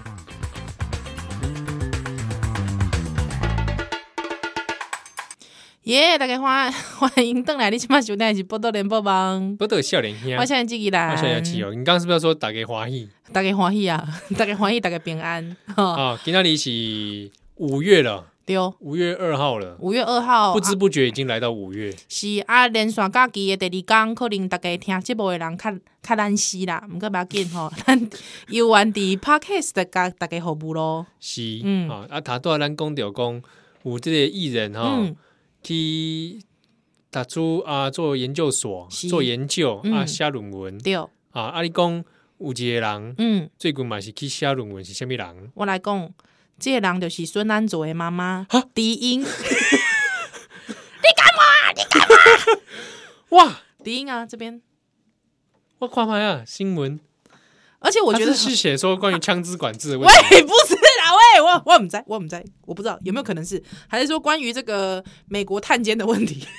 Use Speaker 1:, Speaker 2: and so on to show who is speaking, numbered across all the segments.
Speaker 1: 耶、大家欢 欢迎邓来，你今晚收听的是《波多连播帮》，
Speaker 2: 不得笑脸兄，
Speaker 1: 我
Speaker 2: 我
Speaker 1: 现在自己来，
Speaker 2: 笑脸气哦。你刚刚是不是要说打给华裔
Speaker 1: 大家欢喜啊， 大家欢喜，大家平安。 哦、
Speaker 2: 啊？今天你是五月了，
Speaker 1: 对，哦
Speaker 2: 五月二号了，
Speaker 1: 五月二号啊
Speaker 2: 不知不觉已经来到五月。
Speaker 1: 是啊，连续假期的第二天，可能大家听节目的人较较难死啦，毋过不要紧吼， 咱游玩伫 podcast 的甲大家服务咯。
Speaker 2: 是
Speaker 1: 嗯
Speaker 2: 啊，啊，塔多咱讲着讲有这个艺人哈、
Speaker 1: 嗯，
Speaker 2: 去打出啊做研究所
Speaker 1: 是
Speaker 2: 做研究
Speaker 1: 嗯
Speaker 2: 啊写论文
Speaker 1: 对，哦
Speaker 2: 啊，啊你讲有一个人
Speaker 1: 嗯，
Speaker 2: 最近嘛是去写论文是虾米人？
Speaker 1: 我来讲，这个人就是孙安卓的妈妈，低 音，
Speaker 2: 哇，
Speaker 1: 低音啊这边，
Speaker 2: 我看看啊新闻，
Speaker 1: 而且我觉得
Speaker 2: 他是是写说关于枪支管制的问题。
Speaker 1: 喂，不是啦，喂，我我唔知，我唔知，我不知道有没有可能是，还是说关于这个美国探监的问题？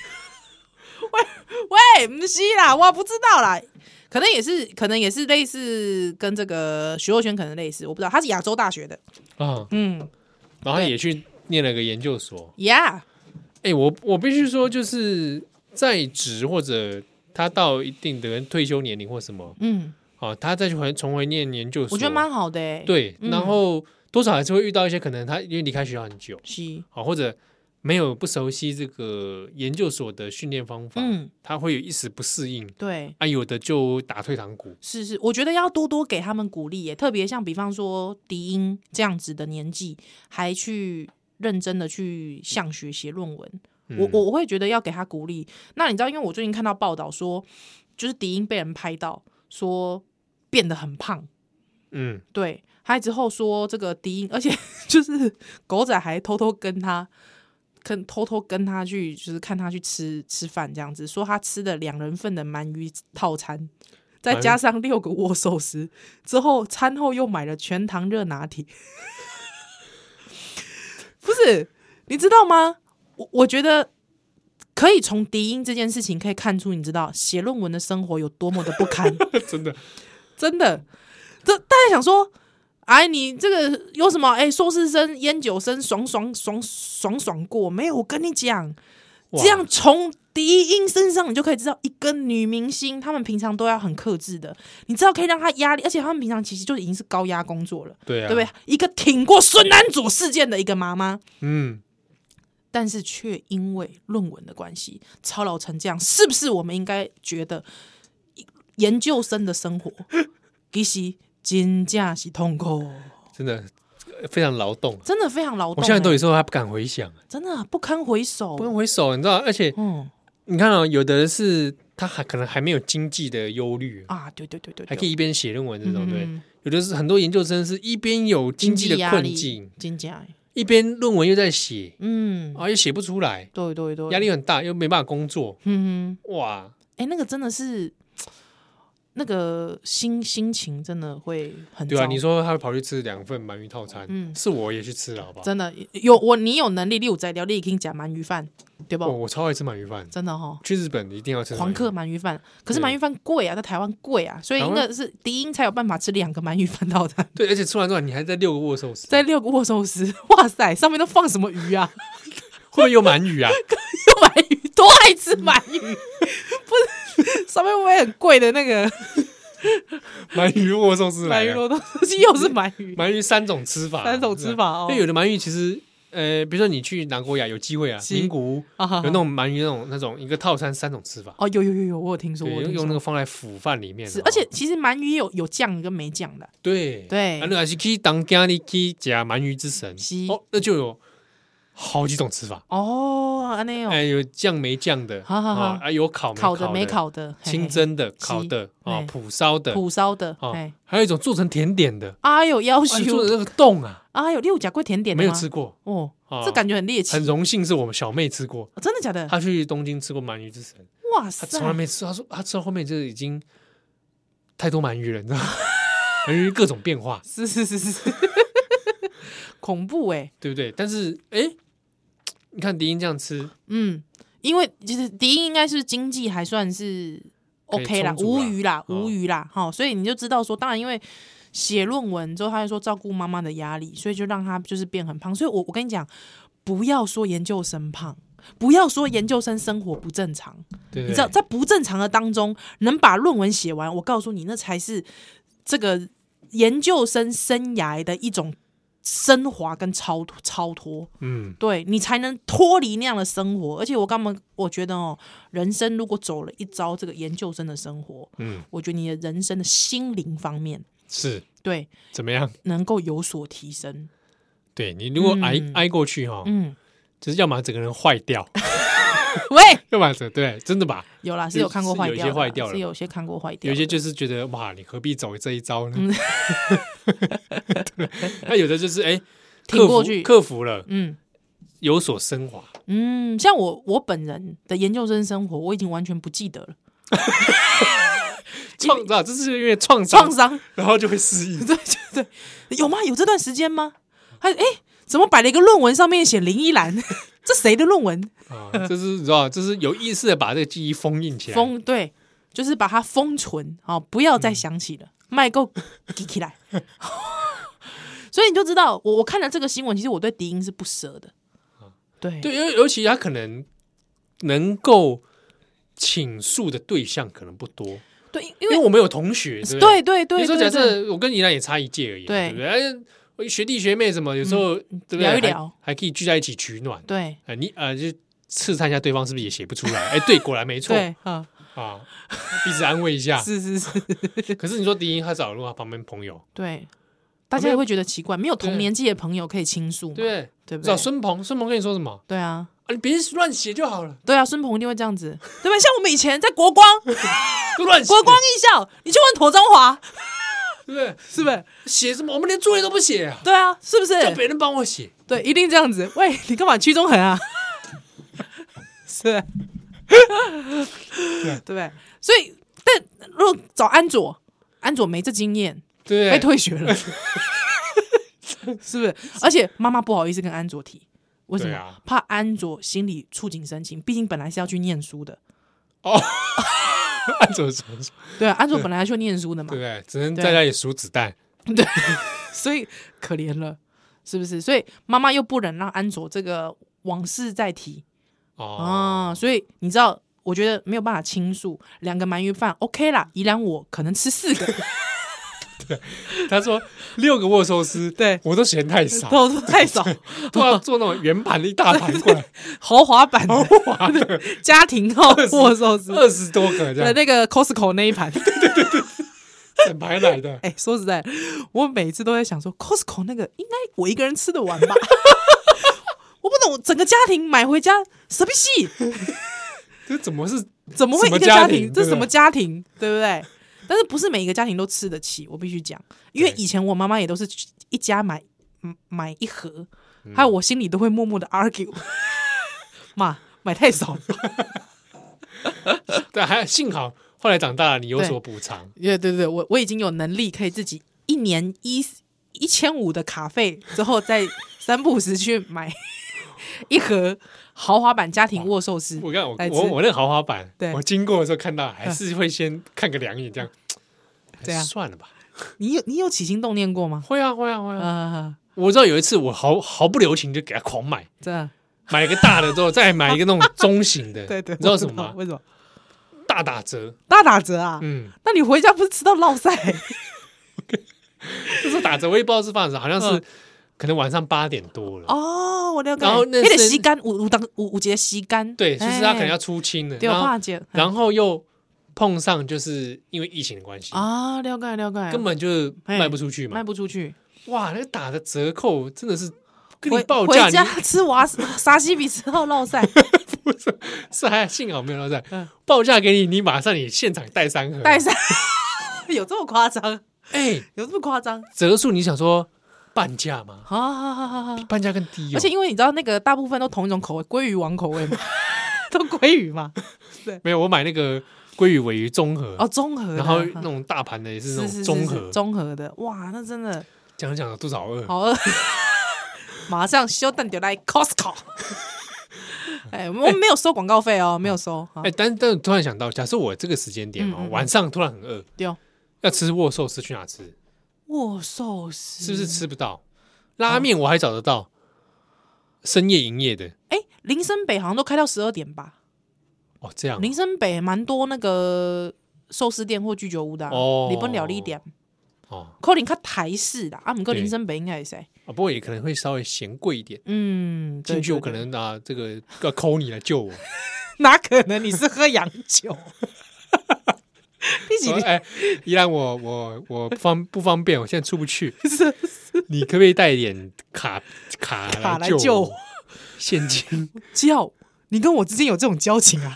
Speaker 1: 喂喂，不是啦，我不知道啦，可能也是，可能也是类似跟这个徐若瑄可能类似，我不知道，他是亚洲大学的，
Speaker 2: 啊，
Speaker 1: 嗯
Speaker 2: 然后他也去念了个研究所。
Speaker 1: ，Yeah，
Speaker 2: 哎、我我必须说，就是在职或者他到一定的退休年龄或什么，
Speaker 1: 嗯，
Speaker 2: 啊，他再去回重回念研究所，
Speaker 1: 我觉得蛮好的、欸，，
Speaker 2: 对。
Speaker 1: 嗯
Speaker 2: 然后多少还是会遇到一些可能他因为离开学校很久，
Speaker 1: 是，
Speaker 2: 啊，或者没有不熟悉这个研究所的训练方法，
Speaker 1: 嗯，
Speaker 2: 他会有一时不适应。
Speaker 1: 对。
Speaker 2: 啊，有的就打退堂鼓，
Speaker 1: 是是，我觉得要多多给他们鼓励耶，特别像比方说迪英这样子的年纪，还去认真的去向学写论文，我我我会觉得要给他鼓励。那你知道，因为我最近看到报道说，就是迪英被人拍到说变得很胖，
Speaker 2: 嗯，
Speaker 1: 对，还之后说这个迪英，而且 就是狗仔还偷偷跟他。跟偷偷跟他去，就是看他去吃吃饭这样子，说他吃的两人份的鳗鱼套餐，再
Speaker 2: 鳗鱼
Speaker 1: 加上六个握寿司，之后餐后又买了全糖热拿铁。 不是，你知道吗？我我觉得可以从迪英这件事情可以看出，你知道写论文的生活有多么的不堪。
Speaker 2: 真的，
Speaker 1: 真的，这大家想说，哎，你这个有什么？哎，硕士生、烟酒生，爽爽爽爽爽过没有？我跟你讲，
Speaker 2: 哇
Speaker 1: 这样从迪英身上你就可以知道，一个女明星她们平常都要很克制的，你知道可以让她压力，而且她们平常其实就已经是高压工作了，
Speaker 2: 对啊，
Speaker 1: 对不对？一个挺过孙安佐事件的一个妈妈，
Speaker 2: 嗯，
Speaker 1: 但是却因为论文的关系操劳成这样，是不是我们应该觉得研究生的生活 其实真正是痛苦，
Speaker 2: 真的呃非常劳动。
Speaker 1: 真的非常劳动、欸
Speaker 2: 我现在都有时候还不敢回想，啊
Speaker 1: 真的不堪回首
Speaker 2: 不。用回首，你知道？而且
Speaker 1: 嗯
Speaker 2: 你看哦，有的人是他还可能还没有经济的忧虑，
Speaker 1: 啊，对对对对，对
Speaker 2: 还可以一边写论文这
Speaker 1: 嗯
Speaker 2: 种，对。
Speaker 1: 嗯
Speaker 2: 有的是很多研究生是一边有经济的困境，，
Speaker 1: 经济压力真正的欸
Speaker 2: 一边论文又在写，
Speaker 1: 嗯，
Speaker 2: 啊，又写不出来，
Speaker 1: 对对对，
Speaker 2: 压力，很大，又没办法工作，
Speaker 1: 嗯
Speaker 2: 哇！
Speaker 1: 哼，哎，那个真的是。那个心心情真的会很
Speaker 2: 对啊，
Speaker 1: 糟
Speaker 2: 你说他会跑去吃两份鳗鱼套餐，
Speaker 1: 嗯
Speaker 2: 是我也去吃了，好不好？
Speaker 1: 真的有我你有能力，你有在聊，你可以讲鳗鱼饭，对不？
Speaker 2: 哦，我超爱吃鳗鱼饭，
Speaker 1: 真的哈、哦，
Speaker 2: 去日本一定要吃鳗鱼
Speaker 1: 狂客鳗鱼饭，可是鳗鱼饭贵啊，在台湾贵啊，所以
Speaker 2: 台
Speaker 1: 应
Speaker 2: 湾
Speaker 1: 该是迪英才有办法吃两个鳗鱼饭套 餐，
Speaker 2: 对，而且吃完之后你还在六个握寿司，
Speaker 1: 再六个握寿司， 哇塞，上面都放什么鱼啊？
Speaker 2: 会不会有鳗鱼啊？
Speaker 1: 又鳗鱼，多爱吃鳗 鱼，不是上面会不会很贵的那个
Speaker 2: 鳗鱼握寿司来啊
Speaker 1: 鳗鱼
Speaker 2: 了，
Speaker 1: 肉东西，又是鳗 鱼，
Speaker 2: 鳗鱼三种吃法，
Speaker 1: 三种吃法哦
Speaker 2: 因啊哎为有的鳗鱼其实，呃，比如说你去南国亚有机会啊，
Speaker 1: 是
Speaker 2: 名古屋
Speaker 1: 啊哈
Speaker 2: 有
Speaker 1: 哈
Speaker 2: 那种鳗鱼那种那种一个套餐三种吃法，
Speaker 1: 哦，有有有有，我有听说，
Speaker 2: 对，
Speaker 1: 我有
Speaker 2: 用
Speaker 1: 听
Speaker 2: 用那
Speaker 1: 说。
Speaker 2: 个放在腐饭里面哦，哎
Speaker 1: 是，而且其实鳗鱼也有有酱跟没酱的，
Speaker 2: 对
Speaker 1: 对
Speaker 2: 啊，那还是可以当家里可以夹鳗鱼之神
Speaker 1: 是，
Speaker 2: 哦，那就有好几种吃法，
Speaker 1: 哦，安内哦，
Speaker 2: 哎，有酱没酱的，
Speaker 1: 好好好
Speaker 2: 啊，有烤
Speaker 1: 烤
Speaker 2: 的
Speaker 1: 的没，烤的，嘿
Speaker 2: 清
Speaker 1: 嘿
Speaker 2: 蒸的、烤的啊
Speaker 1: 嘿，
Speaker 2: 普烧的
Speaker 1: 蒲烧的，
Speaker 2: 啊
Speaker 1: 哎，，
Speaker 2: 还有一种做成甜点的，
Speaker 1: 哎呦，要
Speaker 2: 哎做
Speaker 1: 求
Speaker 2: 的那个冻啊，
Speaker 1: 哎呦，六甲贵甜点的
Speaker 2: 没有
Speaker 1: 吗
Speaker 2: 吃过，
Speaker 1: 哦，
Speaker 2: 啊
Speaker 1: 这感觉很猎奇
Speaker 2: 很，荣幸是我们小妹吃过。
Speaker 1: 哦真的假的？
Speaker 2: 他去东京吃过鳗鱼之神，
Speaker 1: 哇
Speaker 2: 他
Speaker 1: 塞，
Speaker 2: 从来没吃。他说他吃到后面就是已经太多鳗鱼了，你知道吗？ 鳗鱼各种变化，
Speaker 1: 是是是是， 恐怖哎、
Speaker 2: 对不对？但是哎、诶你看迪英这样吃，
Speaker 1: 嗯，因为其实迪英应该是经济还算是
Speaker 2: 可以
Speaker 1: OK 啦，
Speaker 2: 充足
Speaker 1: 无
Speaker 2: 啦
Speaker 1: 虞啦，
Speaker 2: 哦
Speaker 1: 无虞啦，哈、所以你就知道说，当然因为写论文之后，他就说照顾妈妈的压力，所以就让他就是变很胖。所以我我跟你讲，不要说研究生胖，不要说研究生生活不正常，
Speaker 2: 对
Speaker 1: 你
Speaker 2: 对
Speaker 1: 知道在不正常的当中能把论文写完，我告诉你，那才是这个研究生生涯的一种升华跟超脱超脱。
Speaker 2: 嗯，
Speaker 1: 对你才能脱离那样的生活。而且我干嘛？我觉得哦，人生如果走了一遭这个研究生的生活，
Speaker 2: 嗯，
Speaker 1: 我觉得你的人生的心灵方面，
Speaker 2: 是
Speaker 1: 对，
Speaker 2: 怎么样？
Speaker 1: 能够有所提升。
Speaker 2: 对你如果挨、挨过去哈、
Speaker 1: 嗯，
Speaker 2: 就是要么整个人坏 掉，
Speaker 1: 喂，
Speaker 2: 要么整对，真的吧？
Speaker 1: 有啦，是
Speaker 2: 有
Speaker 1: 有看过
Speaker 2: 是
Speaker 1: 坏
Speaker 2: 有一
Speaker 1: 掉
Speaker 2: 些
Speaker 1: 的
Speaker 2: 坏
Speaker 1: 啦
Speaker 2: 掉了
Speaker 1: 是有些看过坏掉嗯
Speaker 2: 有
Speaker 1: 的，
Speaker 2: 些就是觉得哇，你何必走这一招呢？ 对，那有的就是哎，
Speaker 1: 挺
Speaker 2: 克
Speaker 1: 过
Speaker 2: 服
Speaker 1: 去
Speaker 2: 克服了，
Speaker 1: 嗯。
Speaker 2: 有所升华。
Speaker 1: 嗯，像我我本人的研究生生活，我已经完全不记得了，
Speaker 2: 创造，这是因为创
Speaker 1: 创
Speaker 2: 伤，
Speaker 1: 伤，
Speaker 2: 然后就会失忆。
Speaker 1: 对对对，有吗？有这段时间吗？还哎、怎么摆了一个论文，上面写林依兰？ 这谁的论文？
Speaker 2: 啊， 这是你知道，这是有意识的把这个记忆封印起来。
Speaker 1: 封对，就是把它封存，好、不要再想起
Speaker 2: 嗯
Speaker 1: 了，麦够记起来。 所以你就知道，我我看了这个新闻，其实我对迪英是不舍的。对
Speaker 2: 嗯对，尤尤其他可能能够倾诉的对象可能不多，
Speaker 1: 对，因
Speaker 2: 因
Speaker 1: 因
Speaker 2: 为
Speaker 1: 为
Speaker 2: 我们有同学，对不
Speaker 1: 对对
Speaker 2: 有
Speaker 1: 对，
Speaker 2: 时候
Speaker 1: 对
Speaker 2: 假
Speaker 1: 对
Speaker 2: 设我跟怡兰也差一届而已嘛，
Speaker 1: 对嗯
Speaker 2: 对不对？哎我学弟学妹什么，有时候对不对？
Speaker 1: 聊一
Speaker 2: 还
Speaker 1: 聊，
Speaker 2: 还可以聚在一起取暖。
Speaker 1: 对
Speaker 2: 呃，你呃就试探一下对方是不是也写不出来？哎，对，果然没错
Speaker 1: 对啊，
Speaker 2: 啊，彼此安慰一 下。
Speaker 1: 是是是，
Speaker 2: 可是你说迪英他找如果他旁边朋友，
Speaker 1: 对，大家也会觉得奇怪，没有同
Speaker 2: 对
Speaker 1: 年纪的朋友可以倾诉嘛，
Speaker 2: 嗯对不对？
Speaker 1: 对不
Speaker 2: 找
Speaker 1: 对？
Speaker 2: 孙鹏，孙鹏跟你说什么？
Speaker 1: 对啊，
Speaker 2: 啊，你别乱写就好了，
Speaker 1: 对啊，孙鹏一定会这样子，对吧？像我们以前在国光
Speaker 2: 就乱写，
Speaker 1: 国光艺校，你去问妥中华，
Speaker 2: 对不对？
Speaker 1: 是不是？
Speaker 2: 写什么？我们连作业都不写啊，
Speaker 1: 对啊，是不是？
Speaker 2: 叫别人帮我写。
Speaker 1: 对，一定这样子。喂，你干嘛屈中恒啊？ 是， 对不对？所以，但如果找安佐，安佐没这经验，
Speaker 2: 对
Speaker 1: 被
Speaker 2: 不对，
Speaker 1: 退学了，是不是？而且妈妈不好意思跟安佐提，为什么？
Speaker 2: 对啊
Speaker 1: 怕安佐心里触景生情，毕竟本来是要去念书的。
Speaker 2: 按怎么说，
Speaker 1: 对啊，安佐本来要去念书的嘛
Speaker 2: 对不，对？只能
Speaker 1: 对
Speaker 2: 在家里数子弹。
Speaker 1: 所以可怜了，是不是？所以妈妈又不忍让安佐这个往事再提，
Speaker 2: 哦，
Speaker 1: 啊，所以你知道，我觉得没有办法倾诉，两个鳗鱼饭 OK 啦，宜兰我可能吃四个，
Speaker 2: 他说六个握寿司，
Speaker 1: 对
Speaker 2: 我都嫌太少，
Speaker 1: 都都太少，
Speaker 2: 都要做那种圆盘一大盘过来，
Speaker 1: 豪华版的
Speaker 2: 哇，
Speaker 1: 家庭号握寿司
Speaker 2: 二十多个这
Speaker 1: 的
Speaker 2: 样
Speaker 1: 那个 Costco 那一盘。
Speaker 2: 整排来的，
Speaker 1: 哎、说实在，我每次都在想说，Costco 那个应该我一个人吃得完吧？ 我不懂，整个家庭买回家什么戏？
Speaker 2: 这怎么是？
Speaker 1: 怎么会一个
Speaker 2: 什么家
Speaker 1: 家
Speaker 2: 庭
Speaker 1: 庭？这
Speaker 2: 对不对
Speaker 1: 是什么家庭？ 对不对？但是不是每一个家庭都吃得起？我必须讲，因为
Speaker 2: 对
Speaker 1: 以前我妈妈也都是一家买嗯买一盒，
Speaker 2: 嗯
Speaker 1: 还有我心里都会默默的 argue，妈买太少了，
Speaker 2: 但还幸好后来长大了，你有所补偿。
Speaker 1: 对对对，我我已经有能力可以自己一年一一千五的卡费之后，再三不五时去买一盒 豪华版家庭握寿司，
Speaker 2: 我看我
Speaker 1: 来吃
Speaker 2: 我我那个豪华版
Speaker 1: 对，
Speaker 2: 我经过的时候看到，还是会先看个两眼，这样，
Speaker 1: 对啊
Speaker 2: 还是算了吧。
Speaker 1: 你有你有起心动念过吗？
Speaker 2: 会啊会啊会啊！
Speaker 1: 啊、
Speaker 2: 我知道有一次我毫毫不留情就给他狂买，
Speaker 1: 真的，
Speaker 2: 买一个大的之后，再买一个那种中型 的，
Speaker 1: 对对，
Speaker 2: 你知道
Speaker 1: 我
Speaker 2: 什么吗？
Speaker 1: 为什么
Speaker 2: 大打折，
Speaker 1: 大打折啊？
Speaker 2: 嗯，
Speaker 1: 那你回家不是吃到落塞？
Speaker 2: 这是打折，我也不知道是放什么，好像是
Speaker 1: 嗯
Speaker 2: 可能晚上八点多了，
Speaker 1: 哦，我了解。
Speaker 2: 然后那
Speaker 1: 那个
Speaker 2: 是
Speaker 1: 吸干，五五当五五节吸干。
Speaker 2: 对，就是他可能要
Speaker 1: 哎
Speaker 2: 出清了，
Speaker 1: 对，我
Speaker 2: 然
Speaker 1: 怕
Speaker 2: 后
Speaker 1: 姐。
Speaker 2: 然后又碰上就是因为疫情的关系，
Speaker 1: 啊，了解了解，
Speaker 2: 根本就是卖不出去
Speaker 1: 哎卖
Speaker 2: 嘛，
Speaker 1: 不出去。
Speaker 2: 哇，那个打的折扣真的是跟你
Speaker 1: 回
Speaker 2: 报
Speaker 1: 回
Speaker 2: 价，
Speaker 1: 家
Speaker 2: 你
Speaker 1: 吃瓦 沙西比吃到落塞，
Speaker 2: 是还幸好没有到在
Speaker 1: 嗯
Speaker 2: 报价给你，你马上你现场带三盒，
Speaker 1: 带上 有这么夸张？
Speaker 2: 哎，
Speaker 1: 有这么夸张？
Speaker 2: 折数你想说半价吗？
Speaker 1: 好好好好好好。
Speaker 2: 半价更低哦，
Speaker 1: 而且因为你知道那个大部分都同一种口 味，鲑鱼王口味嘛，都鲑鱼嘛。
Speaker 2: 没有，我买那个鲑鱼尾鱼综合
Speaker 1: 哦，综合的。
Speaker 2: 然后
Speaker 1: 嗯
Speaker 2: 那种大盘的也是那
Speaker 1: 是
Speaker 2: 种
Speaker 1: 是
Speaker 2: 综
Speaker 1: 是
Speaker 2: 合
Speaker 1: 是，综合的，哇，那真的
Speaker 2: 讲着讲着肚子好 饿，
Speaker 1: 好饿， 马上休蛋就来 Costco。哎，我们没有收广告费哦，没有收。啊
Speaker 2: 哎，但但突然想到，假设我这个时间点
Speaker 1: 嗯
Speaker 2: 哦
Speaker 1: 嗯，嗯
Speaker 2: 晚上突然很饿，
Speaker 1: 丢
Speaker 2: 要吃握寿司去哪吃？
Speaker 1: 握寿司嗯
Speaker 2: 是不是？吃不到？拉面我还找得到，深夜营业的
Speaker 1: 哎，林森北好像都开到十二点吧？
Speaker 2: 哦，这样
Speaker 1: 林森北蛮多那个寿司店或居酒屋的、啊，
Speaker 2: 哦
Speaker 1: 你不了一点。
Speaker 2: 哦
Speaker 1: 可能较台式的，啊，姆过
Speaker 2: 对
Speaker 1: 林森北应该也是。
Speaker 2: 啊，不过也可能会稍微嫌贵一点。
Speaker 1: 嗯，对
Speaker 2: 进去我
Speaker 1: 对
Speaker 2: 可
Speaker 1: 对
Speaker 2: 能拿这个要抠你来救我，
Speaker 1: 哪可能？你是喝洋 酒？ 你
Speaker 2: 说
Speaker 1: 几
Speaker 2: 哎，依然我我我方不方便，我现在出不去，
Speaker 1: 是
Speaker 2: 你可不可以带一点卡卡
Speaker 1: 卡来
Speaker 2: 救
Speaker 1: 救
Speaker 2: 我？现金
Speaker 1: 叫？你跟我之间有这种交情啊？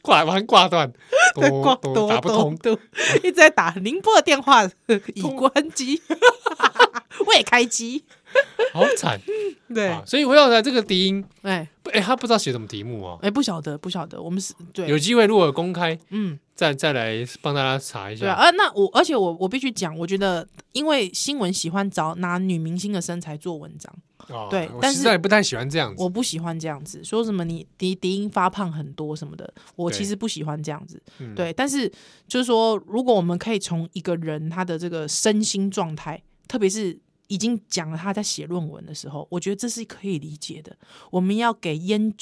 Speaker 2: 挂完 挂断，
Speaker 1: 对，
Speaker 2: 都
Speaker 1: 挂
Speaker 2: 都
Speaker 1: 多
Speaker 2: 打不通，
Speaker 1: 多，多一直在打宁波的电话已关 机，未开机。
Speaker 2: 好惨
Speaker 1: 对，
Speaker 2: 啊！所以回到来这个笛音，
Speaker 1: 哎
Speaker 2: 不哎，他不知道写什么题目哦。
Speaker 1: 哎，不晓得不晓得，我们是对
Speaker 2: 有，机会如果有公开，
Speaker 1: 嗯，
Speaker 2: 再再来帮大家查一
Speaker 1: 对啊。
Speaker 2: 下。
Speaker 1: 呃，那我而且我我必须讲，我觉得因为新闻喜欢找拿女明星的身材做文章，
Speaker 2: 哦
Speaker 1: 对
Speaker 2: 我
Speaker 1: 但
Speaker 2: 实
Speaker 1: 是
Speaker 2: 在不太喜欢这样子。
Speaker 1: 我不喜欢这样子，说什么你迪迪英发胖很多什么的，我
Speaker 2: 对
Speaker 1: 其实不喜欢这样子。
Speaker 2: 嗯
Speaker 1: 对，但是就是说，如果我们可以从一个人他的这个身心状态，特别是已经讲了他在写论文的时候，我觉得这是可以理解的。我们要给研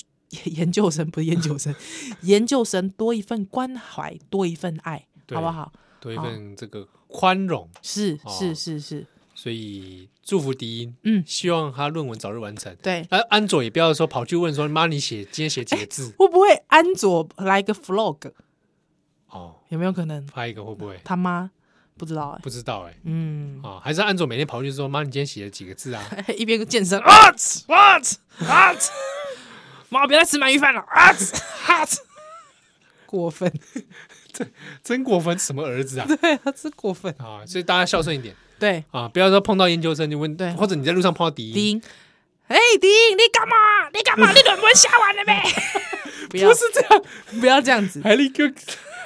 Speaker 1: 研究 生不是研究生， 研究生多一份关怀，多一份爱，
Speaker 2: 对
Speaker 1: 好不好？
Speaker 2: 多一份这个宽容，
Speaker 1: 是
Speaker 2: 哦
Speaker 1: 是是是，
Speaker 2: 所以祝福迪音，
Speaker 1: 嗯
Speaker 2: 希望他论文早日完成。
Speaker 1: 对。
Speaker 2: 那安佐也不要说跑去问说妈，你写今天写几个字
Speaker 1: 会不会安佐来个 vlog？
Speaker 2: 哦？
Speaker 1: 有没有可能？
Speaker 2: 发一个会不会？
Speaker 1: 他妈不知道哎、
Speaker 2: 不知道哎
Speaker 1: 嗯。
Speaker 2: 啊，还是安佐每天跑去说妈，你今天写了几个字 啊？
Speaker 1: 一边健身啊呲啊呲啊呲，妈，别再吃鳗鱼饭了啊呲啊呲， 过分，
Speaker 2: 真果粉什么儿子啊？
Speaker 1: 对啊，这过分，
Speaker 2: 啊，所以大家孝顺一点
Speaker 1: 对，
Speaker 2: 啊，不要说碰到研究生就问，
Speaker 1: 对
Speaker 2: 或者你在路上碰到迪音，
Speaker 1: 丁，哎，丁，你干嘛？你干嘛？你论文写完了没？ 不要
Speaker 2: 不，是这样，
Speaker 1: 不要这样子。
Speaker 2: 还 立个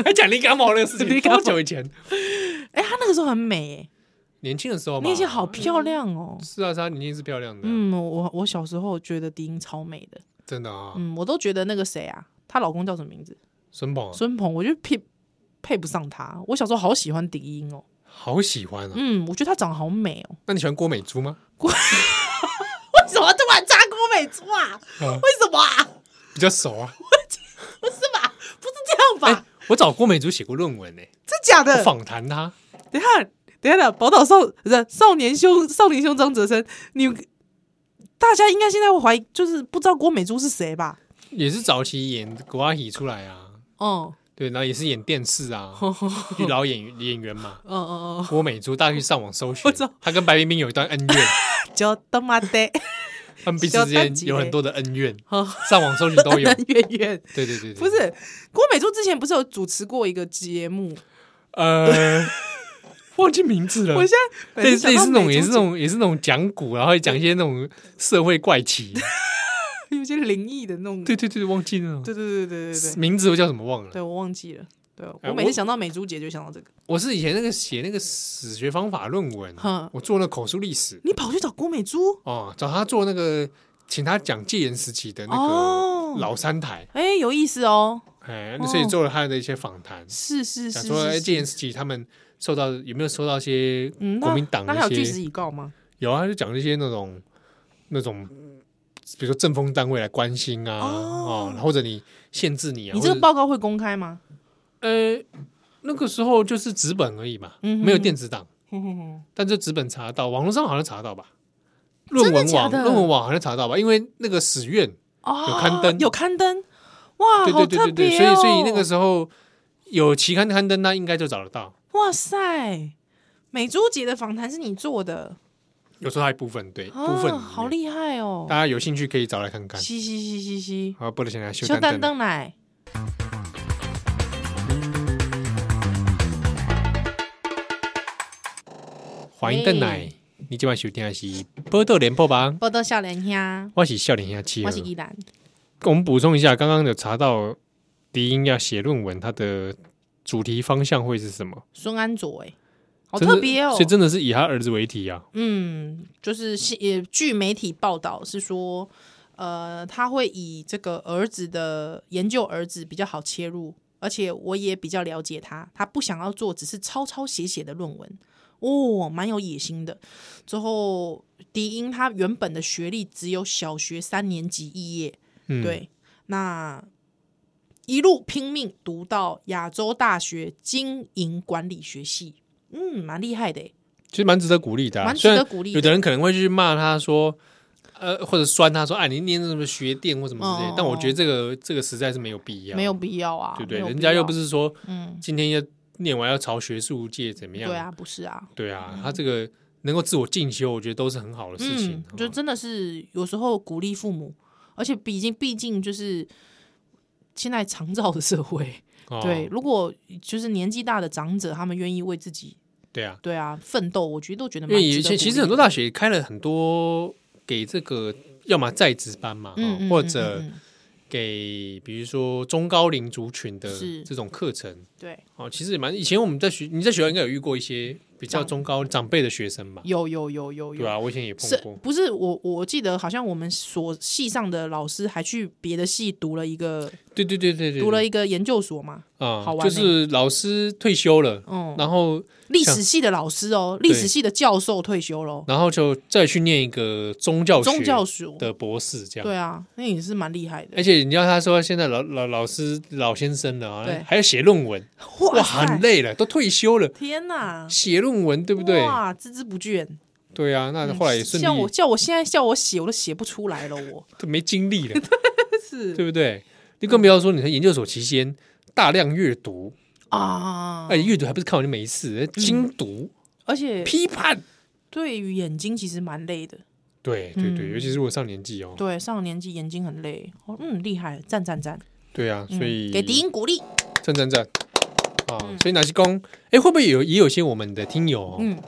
Speaker 2: 还讲林感毛的事情，
Speaker 1: 林感
Speaker 2: 多
Speaker 1: 冒
Speaker 2: 久以前？
Speaker 1: 哎，她那个时候很美，
Speaker 2: 年轻的时候
Speaker 1: 哎，
Speaker 2: 嘛，
Speaker 1: 那些好漂亮哦。
Speaker 2: 是啊，是啊，年轻是漂亮的，
Speaker 1: 嗯，我我小时候觉得丁超美的，
Speaker 2: 真的啊，
Speaker 1: 嗯，我都觉得那个谁啊，她老公叫什么名字？
Speaker 2: 孙鹏啊
Speaker 1: 孙鹏，我就配配不上她。我小时候好喜欢丁英哦，
Speaker 2: 好喜欢啊。
Speaker 1: 嗯，我觉得她长得好美哦。
Speaker 2: 那你喜欢郭美珠吗？
Speaker 1: 为什么突然扎郭美珠啊？
Speaker 2: 嗯
Speaker 1: 为什么啊？
Speaker 2: 比较熟啊，
Speaker 1: 不是吧？不是这样吧？
Speaker 2: 我找郭美珠写过论 文呢，
Speaker 1: 真假
Speaker 2: 我
Speaker 1: 的？
Speaker 2: 访谈她。
Speaker 1: 等一下，等一下，宝岛少不是少年兄，少年兄张哲生，你大家应该现在会怀疑，就是不知道郭美珠是谁吧？
Speaker 2: 也是早期演国阿喜出来啊，
Speaker 1: 哦，
Speaker 2: 对，然后也是演电 视啊，去老演员演员嘛。
Speaker 1: 哦哦
Speaker 2: 郭美珠，大家去上网搜寻
Speaker 1: 我知道，
Speaker 2: 她跟白冰冰有一段 恩怨，
Speaker 1: 哦，叫他妈的，
Speaker 2: 他们彼此之
Speaker 1: 小
Speaker 2: 间
Speaker 1: 蛋姐
Speaker 2: 有很多的恩怨，
Speaker 1: 哦
Speaker 2: 上网搜寻都有。
Speaker 1: 圆圆
Speaker 2: 对对对，对
Speaker 1: 不，是郭美珠之前不是有主持过一个节目？
Speaker 2: 呃， 忘记名字了
Speaker 1: 我。现在
Speaker 2: 类似类似那种，也是那
Speaker 1: 种
Speaker 2: 种，也是那种讲古，然后讲一些那种社会怪奇。
Speaker 1: 有些灵异的那种，
Speaker 2: 对对对，忘记那种
Speaker 1: 对对对对对对，
Speaker 2: 名字，我叫什么忘了。
Speaker 1: 对我忘记了。对
Speaker 2: 哎
Speaker 1: 我每次
Speaker 2: 我
Speaker 1: 想到美珠姐就想到这个，
Speaker 2: 我是以前那个写那个史学方法论文
Speaker 1: 哼，
Speaker 2: 我做那口述历史
Speaker 1: 你跑去找郭美珠？
Speaker 2: 哦，找他做那个，请他讲戒严时期的那
Speaker 1: 哦
Speaker 2: 个老三台，
Speaker 1: 哎、有意思哦，
Speaker 2: 哎，
Speaker 1: 哦
Speaker 2: 所以做了他的一些访谈，
Speaker 1: 是是
Speaker 2: 讲
Speaker 1: 是
Speaker 2: 说哎
Speaker 1: 是
Speaker 2: 戒
Speaker 1: 是，
Speaker 2: 严时期他们受到有没有受到一些
Speaker 1: 嗯，那
Speaker 2: 国民党
Speaker 1: 那还有
Speaker 2: 的一
Speaker 1: 据实
Speaker 2: 些
Speaker 1: 以告吗？
Speaker 2: 有啊，就讲一些那种那种。比如说政风单位来关心啊，
Speaker 1: 哦
Speaker 2: 哦，或者你限制你啊，
Speaker 1: 你这个
Speaker 2: 或者
Speaker 1: 报告会公开吗？
Speaker 2: 呃那个时候就是纸本而已嘛，
Speaker 1: 嗯哼
Speaker 2: 没有电子档，
Speaker 1: 哼哼哼
Speaker 2: 但这纸本查得到，网络上好像查得到吧？
Speaker 1: 的
Speaker 2: 论文
Speaker 1: 假
Speaker 2: 网、
Speaker 1: 的
Speaker 2: 论文网好像查得到吧？因为那个史院，
Speaker 1: 哦，
Speaker 2: 有刊登
Speaker 1: 有刊登，哇，
Speaker 2: 对
Speaker 1: 好
Speaker 2: 对
Speaker 1: 特
Speaker 2: 对对
Speaker 1: 别
Speaker 2: 对，
Speaker 1: 哦！
Speaker 2: 所以所以那个时候有期刊刊登，那应该就找得到，
Speaker 1: 哇塞，美珠姐的访谈是你做的，
Speaker 2: 有做到一部分，对、
Speaker 1: 啊
Speaker 2: 部分里面，
Speaker 1: 好厉害哦
Speaker 2: 大！家有兴趣可以找来看看。
Speaker 1: 嘻嘻嘻嘻嘻，
Speaker 2: 好，不能先来修
Speaker 1: 修
Speaker 2: 丹
Speaker 1: 蛋灯
Speaker 2: 灯。
Speaker 1: 奶，
Speaker 2: 欢迎邓奶，你今晚收听的是《波豆连播吧》，
Speaker 1: 报道笑脸呀，
Speaker 2: 我是啊笑脸下妻
Speaker 1: 我
Speaker 2: 儿
Speaker 1: 是。依兰，
Speaker 2: 我们补充一下，刚刚有查到迪英要写论文，它的主题方向会是什么？
Speaker 1: 孙安佐，哎，好
Speaker 2: 真的
Speaker 1: 特别哦
Speaker 2: 所以！真的是以他儿子为题啊。
Speaker 1: 嗯，就是新也据媒体报道是说，呃，他会以这个儿子的研究儿子比较好切入，而且我也比较了解他，他不想要做只是抄抄写写的论文。哦，蛮有野心的。之后，迪英他原本的学历只有小学三年级毕业，
Speaker 2: 嗯，
Speaker 1: 对，那一路拼命读到亚洲大学经营管理学系，嗯，蛮厉害的欸，
Speaker 2: 其实蛮值得鼓励的啊、
Speaker 1: 蛮值
Speaker 2: 虽然
Speaker 1: 得鼓励
Speaker 2: 有的人可能会去骂他说，呃，或者酸他说，哎，你念什么学电或什么之类的
Speaker 1: 哦
Speaker 2: 但我觉得这个这个实在是没有必要，
Speaker 1: 没有必要啊，
Speaker 2: 对不对？
Speaker 1: 没有
Speaker 2: 人
Speaker 1: 必
Speaker 2: 家又
Speaker 1: 要
Speaker 2: 不是说
Speaker 1: 嗯，
Speaker 2: 今天要念完要朝学术界怎么样？
Speaker 1: 对啊，不是啊，
Speaker 2: 对啊，他这个能够自我进修，我觉得都是很好的事情哦
Speaker 1: 嗯。，就真的是有时候鼓励父母，而且毕竟毕竟就是现在长照的社会，
Speaker 2: 哦
Speaker 1: 对，如果就是年纪大的长者，他们愿意为自己
Speaker 2: 对啊，
Speaker 1: 对啊奋斗，我觉得都觉得
Speaker 2: 因
Speaker 1: 蛮
Speaker 2: 为
Speaker 1: 值
Speaker 2: 以
Speaker 1: 得
Speaker 2: 前
Speaker 1: 鼓
Speaker 2: 其
Speaker 1: 励
Speaker 2: 实很多
Speaker 1: 的
Speaker 2: 大学开了很多给这个，要么在职班嘛，
Speaker 1: 嗯
Speaker 2: 哦
Speaker 1: 嗯
Speaker 2: 或
Speaker 1: 嗯
Speaker 2: 者
Speaker 1: 嗯嗯
Speaker 2: 给比如说中高龄族群的
Speaker 1: 是
Speaker 2: 这种课程。
Speaker 1: 对
Speaker 2: 哦，其实也蛮以前我们在学，你在学校应该有遇过一些比较
Speaker 1: 长
Speaker 2: 中高长辈的学生吧？
Speaker 1: 有有有有有
Speaker 2: 对啊，我以前也碰
Speaker 1: 是
Speaker 2: 过。
Speaker 1: 不是我？我记得好像我们所系上的老师还去别的系读了一个
Speaker 2: 对对对对对，
Speaker 1: 读了一个研究所嘛，
Speaker 2: 啊
Speaker 1: 好，玩欸
Speaker 2: 就
Speaker 1: 呢
Speaker 2: 是老师退休了，
Speaker 1: 嗯，
Speaker 2: 然后
Speaker 1: 历史系的老师哦，历史系的教授退休喽，
Speaker 2: 然后就再去念一个宗教学
Speaker 1: 宗教所，
Speaker 2: 的博士这样。哎
Speaker 1: 对啊，那也是蛮厉害的，
Speaker 2: 而且你知道他说现在老老老师老先生了
Speaker 1: 对
Speaker 2: 啊，还要写论文，哇，
Speaker 1: 塞
Speaker 2: 很累了，都退休了，
Speaker 1: 天哪，
Speaker 2: 写论文对不对？
Speaker 1: 哇，孜孜不倦，
Speaker 2: 对啊，那
Speaker 1: 嗯
Speaker 2: 后来也顺
Speaker 1: 像
Speaker 2: 利
Speaker 1: 我，叫我现在叫我写，我都写不出来了， 我
Speaker 2: 都没精力 了，
Speaker 1: 是
Speaker 2: 对不对？你更不要说你在研究所期间大量阅读，
Speaker 1: 啊
Speaker 2: 哎，，阅读还不是看完就没事，精读、
Speaker 1: 而且
Speaker 2: 批判，
Speaker 1: 对于眼睛其实蛮累的，
Speaker 2: 对对对，
Speaker 1: 嗯
Speaker 2: 尤其是我上年纪哦，
Speaker 1: 对，上了年纪眼睛很累，哦嗯，厉害，赞赞赞，
Speaker 2: 对啊，
Speaker 1: 嗯
Speaker 2: 所以
Speaker 1: 给嗯迪英鼓励，
Speaker 2: 赞赞赞啊！所以哪些工？哎，会不会有也有些我们的听友哦
Speaker 1: 嗯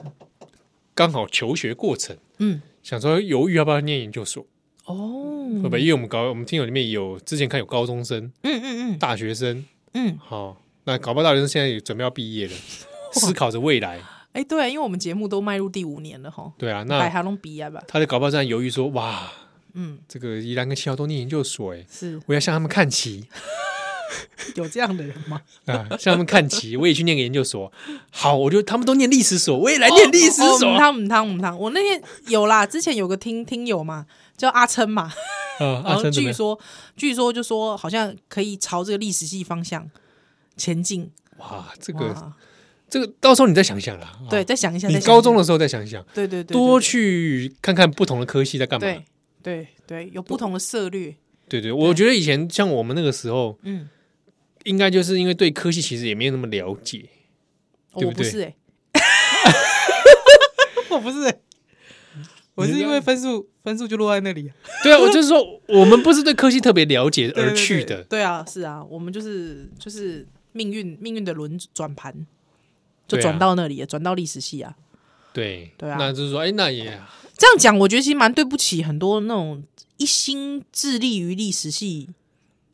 Speaker 2: 刚好求学过程，
Speaker 1: 嗯，
Speaker 2: 想说犹豫要不要念研究所，
Speaker 1: 哦，
Speaker 2: 会不会？因为我们高我们听友里面有之前看有高中生、
Speaker 1: 嗯嗯嗯
Speaker 2: 大学生，
Speaker 1: 嗯，
Speaker 2: 好、那搞不好大学生现在也准备要 毕业了，思考着未来。
Speaker 1: 哎、对，因为我们节目都迈入第五年了哈，
Speaker 2: 对啊，
Speaker 1: 百
Speaker 2: 那
Speaker 1: 哈龙比亚 吧，
Speaker 2: 他就搞不好在犹豫说，哇，
Speaker 1: 嗯，
Speaker 2: 这个宜兰跟七号都念研究所，哎，
Speaker 1: 是
Speaker 2: 我要向他们看齐
Speaker 1: 有这样的人吗？
Speaker 2: 啊，向他们看齐，我也去念个研究所。好，我就他们都念历史所，我也来念历史所。
Speaker 1: 哦汤姆汤姆汤，我那天有啦，之前有个听听友嘛，叫阿琛嘛，
Speaker 2: 啊，
Speaker 1: 然
Speaker 2: 阿
Speaker 1: 后
Speaker 2: 生怎么
Speaker 1: 据
Speaker 2: 样？
Speaker 1: 说据说就说好像可以朝这个历史系方向前进，
Speaker 2: 哇，这个
Speaker 1: 哇
Speaker 2: 这个，到时候你再想想啦。啊
Speaker 1: 对，，再想一下，
Speaker 2: 你
Speaker 1: 再想一
Speaker 2: 高
Speaker 1: 下
Speaker 2: 中的时候再想想，
Speaker 1: 对对对
Speaker 2: 多
Speaker 1: 对
Speaker 2: 去看看不同的科系在干嘛。
Speaker 1: 对对对，有不同的策略，
Speaker 2: 对对，我觉得以前像我们那个时候，
Speaker 1: 嗯，
Speaker 2: 应该就是因为对科系其实也没有那么了解，
Speaker 1: 哦
Speaker 2: 对
Speaker 1: 我
Speaker 2: 不
Speaker 1: 不
Speaker 2: 对
Speaker 1: 是 哎、我不是、欸，我
Speaker 2: 你
Speaker 1: 是
Speaker 2: 知道
Speaker 1: 因为分数分数就落在那里、
Speaker 2: 对啊，我就是说我们不是对科系特别了解
Speaker 1: 对
Speaker 2: 而
Speaker 1: 对
Speaker 2: 去
Speaker 1: 对
Speaker 2: 的，
Speaker 1: 对啊，是啊，我们就是就是命运命运的轮转盘，就
Speaker 2: 对啊
Speaker 1: 转到那里了，转、到历史系啊。
Speaker 2: 对
Speaker 1: 对啊
Speaker 2: 那就是说，哎，那也
Speaker 1: 这样讲，我觉得其实蛮对不起很多那种一心致力于历史系，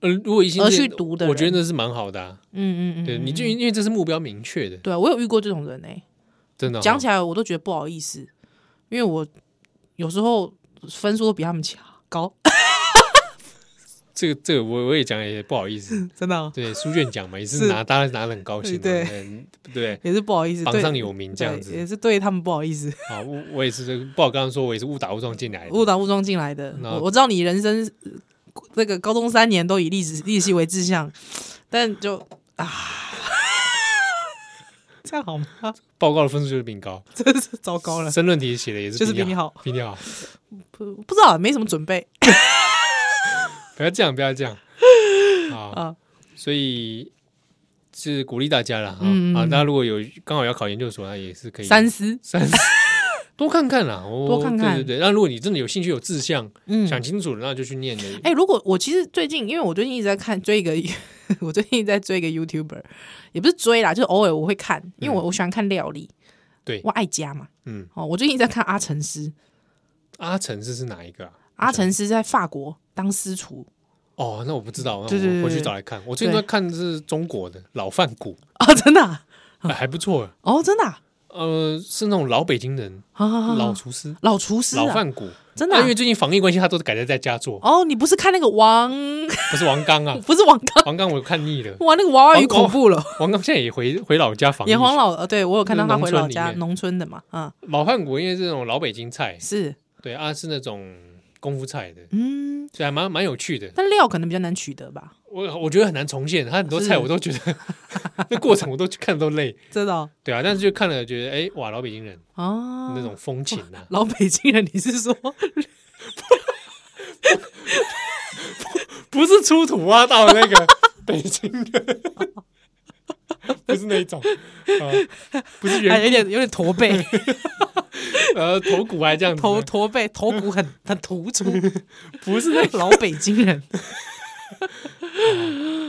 Speaker 2: 呃，如果一心
Speaker 1: 而
Speaker 2: 是
Speaker 1: 去读的
Speaker 2: 我觉
Speaker 1: 人
Speaker 2: 得那是蛮好的啊，
Speaker 1: 嗯嗯嗯，
Speaker 2: 对，
Speaker 1: 嗯
Speaker 2: 你就
Speaker 1: 嗯
Speaker 2: 因为这是目标明确的，
Speaker 1: 对啊，我有遇过这种人哎、
Speaker 2: 真的哦
Speaker 1: 讲起来我都觉得不好意思，因为我有时候分数都比他们强高，
Speaker 2: 这个这个我我也讲也不好意思，
Speaker 1: 真的、
Speaker 2: 对，书卷奖嘛也是
Speaker 1: 是
Speaker 2: 拿大家拿的很高兴嘛，
Speaker 1: 对
Speaker 2: 嗯对
Speaker 1: 也是不好意思，
Speaker 2: 不对，榜
Speaker 1: 对
Speaker 2: 上有名这样
Speaker 1: 对也
Speaker 2: 子
Speaker 1: 是对他们不好意 思，
Speaker 2: 啊，我我也是这个不好刚刚说，我也是误打误撞进来的，
Speaker 1: 误打误撞进来的。
Speaker 2: 那
Speaker 1: 我我知道你人生呃这个高中三年都以历史历史系为志向，但就啊， 这样好吗？
Speaker 2: 报告的分数就是比你高，
Speaker 1: 真是糟糕了，
Speaker 2: 申论题写的也是
Speaker 1: 就是比
Speaker 2: 你
Speaker 1: 你好，
Speaker 2: 比你好。
Speaker 1: 不不知道，没什么准备
Speaker 2: 不要这样，不要 这样啊！
Speaker 1: 啊。
Speaker 2: 所以是鼓励大家了啊！
Speaker 1: 嗯
Speaker 2: 啊，大家如果有刚好要考研究所，那啊也是可以
Speaker 1: 三思，
Speaker 2: 三 思多看看啦，哦
Speaker 1: 多看看
Speaker 2: 对对对。那如果你真的有兴趣、有志向，
Speaker 1: 嗯，
Speaker 2: 想清楚了，那就去念的。
Speaker 1: 哎、如果我其实最近，因为我最近一直在看追一个， 我最近一直在追一个 YouTuber，也不是追啦，就是偶尔我会看，因为我我喜欢看料理，
Speaker 2: 嗯对
Speaker 1: 我爱家嘛。
Speaker 2: 嗯，
Speaker 1: 哦，我最近一直在看阿成师，
Speaker 2: 阿成是是哪一个啊？
Speaker 1: 阿成师在法国当私厨
Speaker 2: 哦，那我不知道，那
Speaker 1: 对对对
Speaker 2: 我回去
Speaker 1: 对
Speaker 2: 找来看。我最近在看是中国的老饭骨，
Speaker 1: 啊、真的啊、
Speaker 2: 哎还不错。
Speaker 1: 哦，真的啊、
Speaker 2: 呃，是那种老北京人、
Speaker 1: 好好好
Speaker 2: 老
Speaker 1: 好
Speaker 2: 厨师、
Speaker 1: 老厨师、
Speaker 2: 老
Speaker 1: 啊，
Speaker 2: 饭骨。
Speaker 1: 真的
Speaker 2: 那
Speaker 1: 啊、
Speaker 2: 因为最近防疫关系，他都是改在在家做，
Speaker 1: 哦，你不是看那个王， ，
Speaker 2: 不是王刚啊
Speaker 1: 不是王刚，
Speaker 2: 王刚我看腻了，
Speaker 1: 哇，那个娃娃鱼
Speaker 2: 王刚
Speaker 1: 恐怖了，
Speaker 2: 王刚现在也回回老家防疫
Speaker 1: 炎。黄老，呃，对我有看到他
Speaker 2: 那农
Speaker 1: 回
Speaker 2: 村
Speaker 1: 老
Speaker 2: 里
Speaker 1: 家
Speaker 2: 面
Speaker 1: 农村的嘛，嗯，
Speaker 2: 老饭骨因为是那种老北京菜，
Speaker 1: 是，
Speaker 2: 对啊，是那种功夫菜的，
Speaker 1: 嗯，
Speaker 2: 所以还蛮蛮有趣的。
Speaker 1: 但料可能比较难取得吧，
Speaker 2: 我我觉得很难重现，他很多菜
Speaker 1: 是
Speaker 2: 我都觉得 那过程我都看得都累，
Speaker 1: 真的哦，
Speaker 2: 对啊，但是就看了觉得哎、哇，老北京人
Speaker 1: 哦
Speaker 2: 那种风情啊，
Speaker 1: 老北京人，你是 说
Speaker 2: 不是出土挖到 那个北京人， 不是那一种，啊，不是
Speaker 1: 还
Speaker 2: 原
Speaker 1: 有点有点驼 背，
Speaker 2: 呃头骨还这样子，
Speaker 1: 头驼背，头骨很很突 出，
Speaker 2: 不是那
Speaker 1: 老北京人，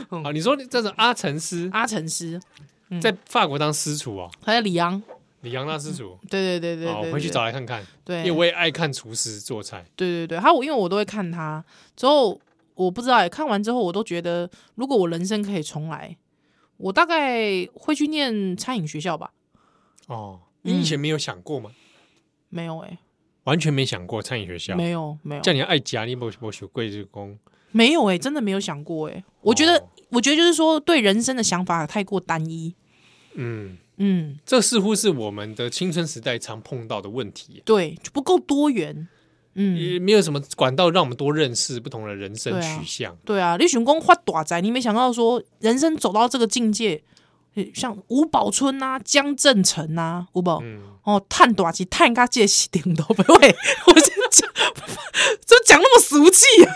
Speaker 2: 啊，你说这种阿成师
Speaker 1: 阿成师，嗯
Speaker 2: 在法国当师厨哦，
Speaker 1: 他在里昂，
Speaker 2: 李阳当师厨，
Speaker 1: 对对对嗯对
Speaker 2: 哦，
Speaker 1: 对，
Speaker 2: 我回去
Speaker 1: 对
Speaker 2: 找来看看，因
Speaker 1: 对，
Speaker 2: 为我也爱看厨师做菜，
Speaker 1: 对对对，他我因为我都会看他，之后我不知道欸，看完之后我都觉得，如果我人生可以重来，我大概会去念餐饮学校吧？
Speaker 2: 哦，你以前没有想过吗？
Speaker 1: 没有哎、
Speaker 2: 完全没想过餐饮学校，
Speaker 1: 嗯没有没有
Speaker 2: 叫你爱夹，你不不学贵就工，
Speaker 1: 没有哎、真的没有想过哎、我觉得、
Speaker 2: 哦
Speaker 1: 我觉得就是说对人生的想法太过单一，
Speaker 2: 嗯，
Speaker 1: 嗯，
Speaker 2: 这似乎是我们的青春时代常碰到的问题耶。
Speaker 1: 对，就不够多元，嗯，
Speaker 2: 也没有什么管道让我们多认识不同的人生
Speaker 1: 对啊
Speaker 2: 取向。
Speaker 1: 对啊，你选工画短仔，你没想到说人生走到这个境界。呃像吴宝春啊、江正成啊，吴宝、
Speaker 2: 嗯，
Speaker 1: 哦，探短期探个这死顶都不会， 我就讲，怎么讲那么俗气啊？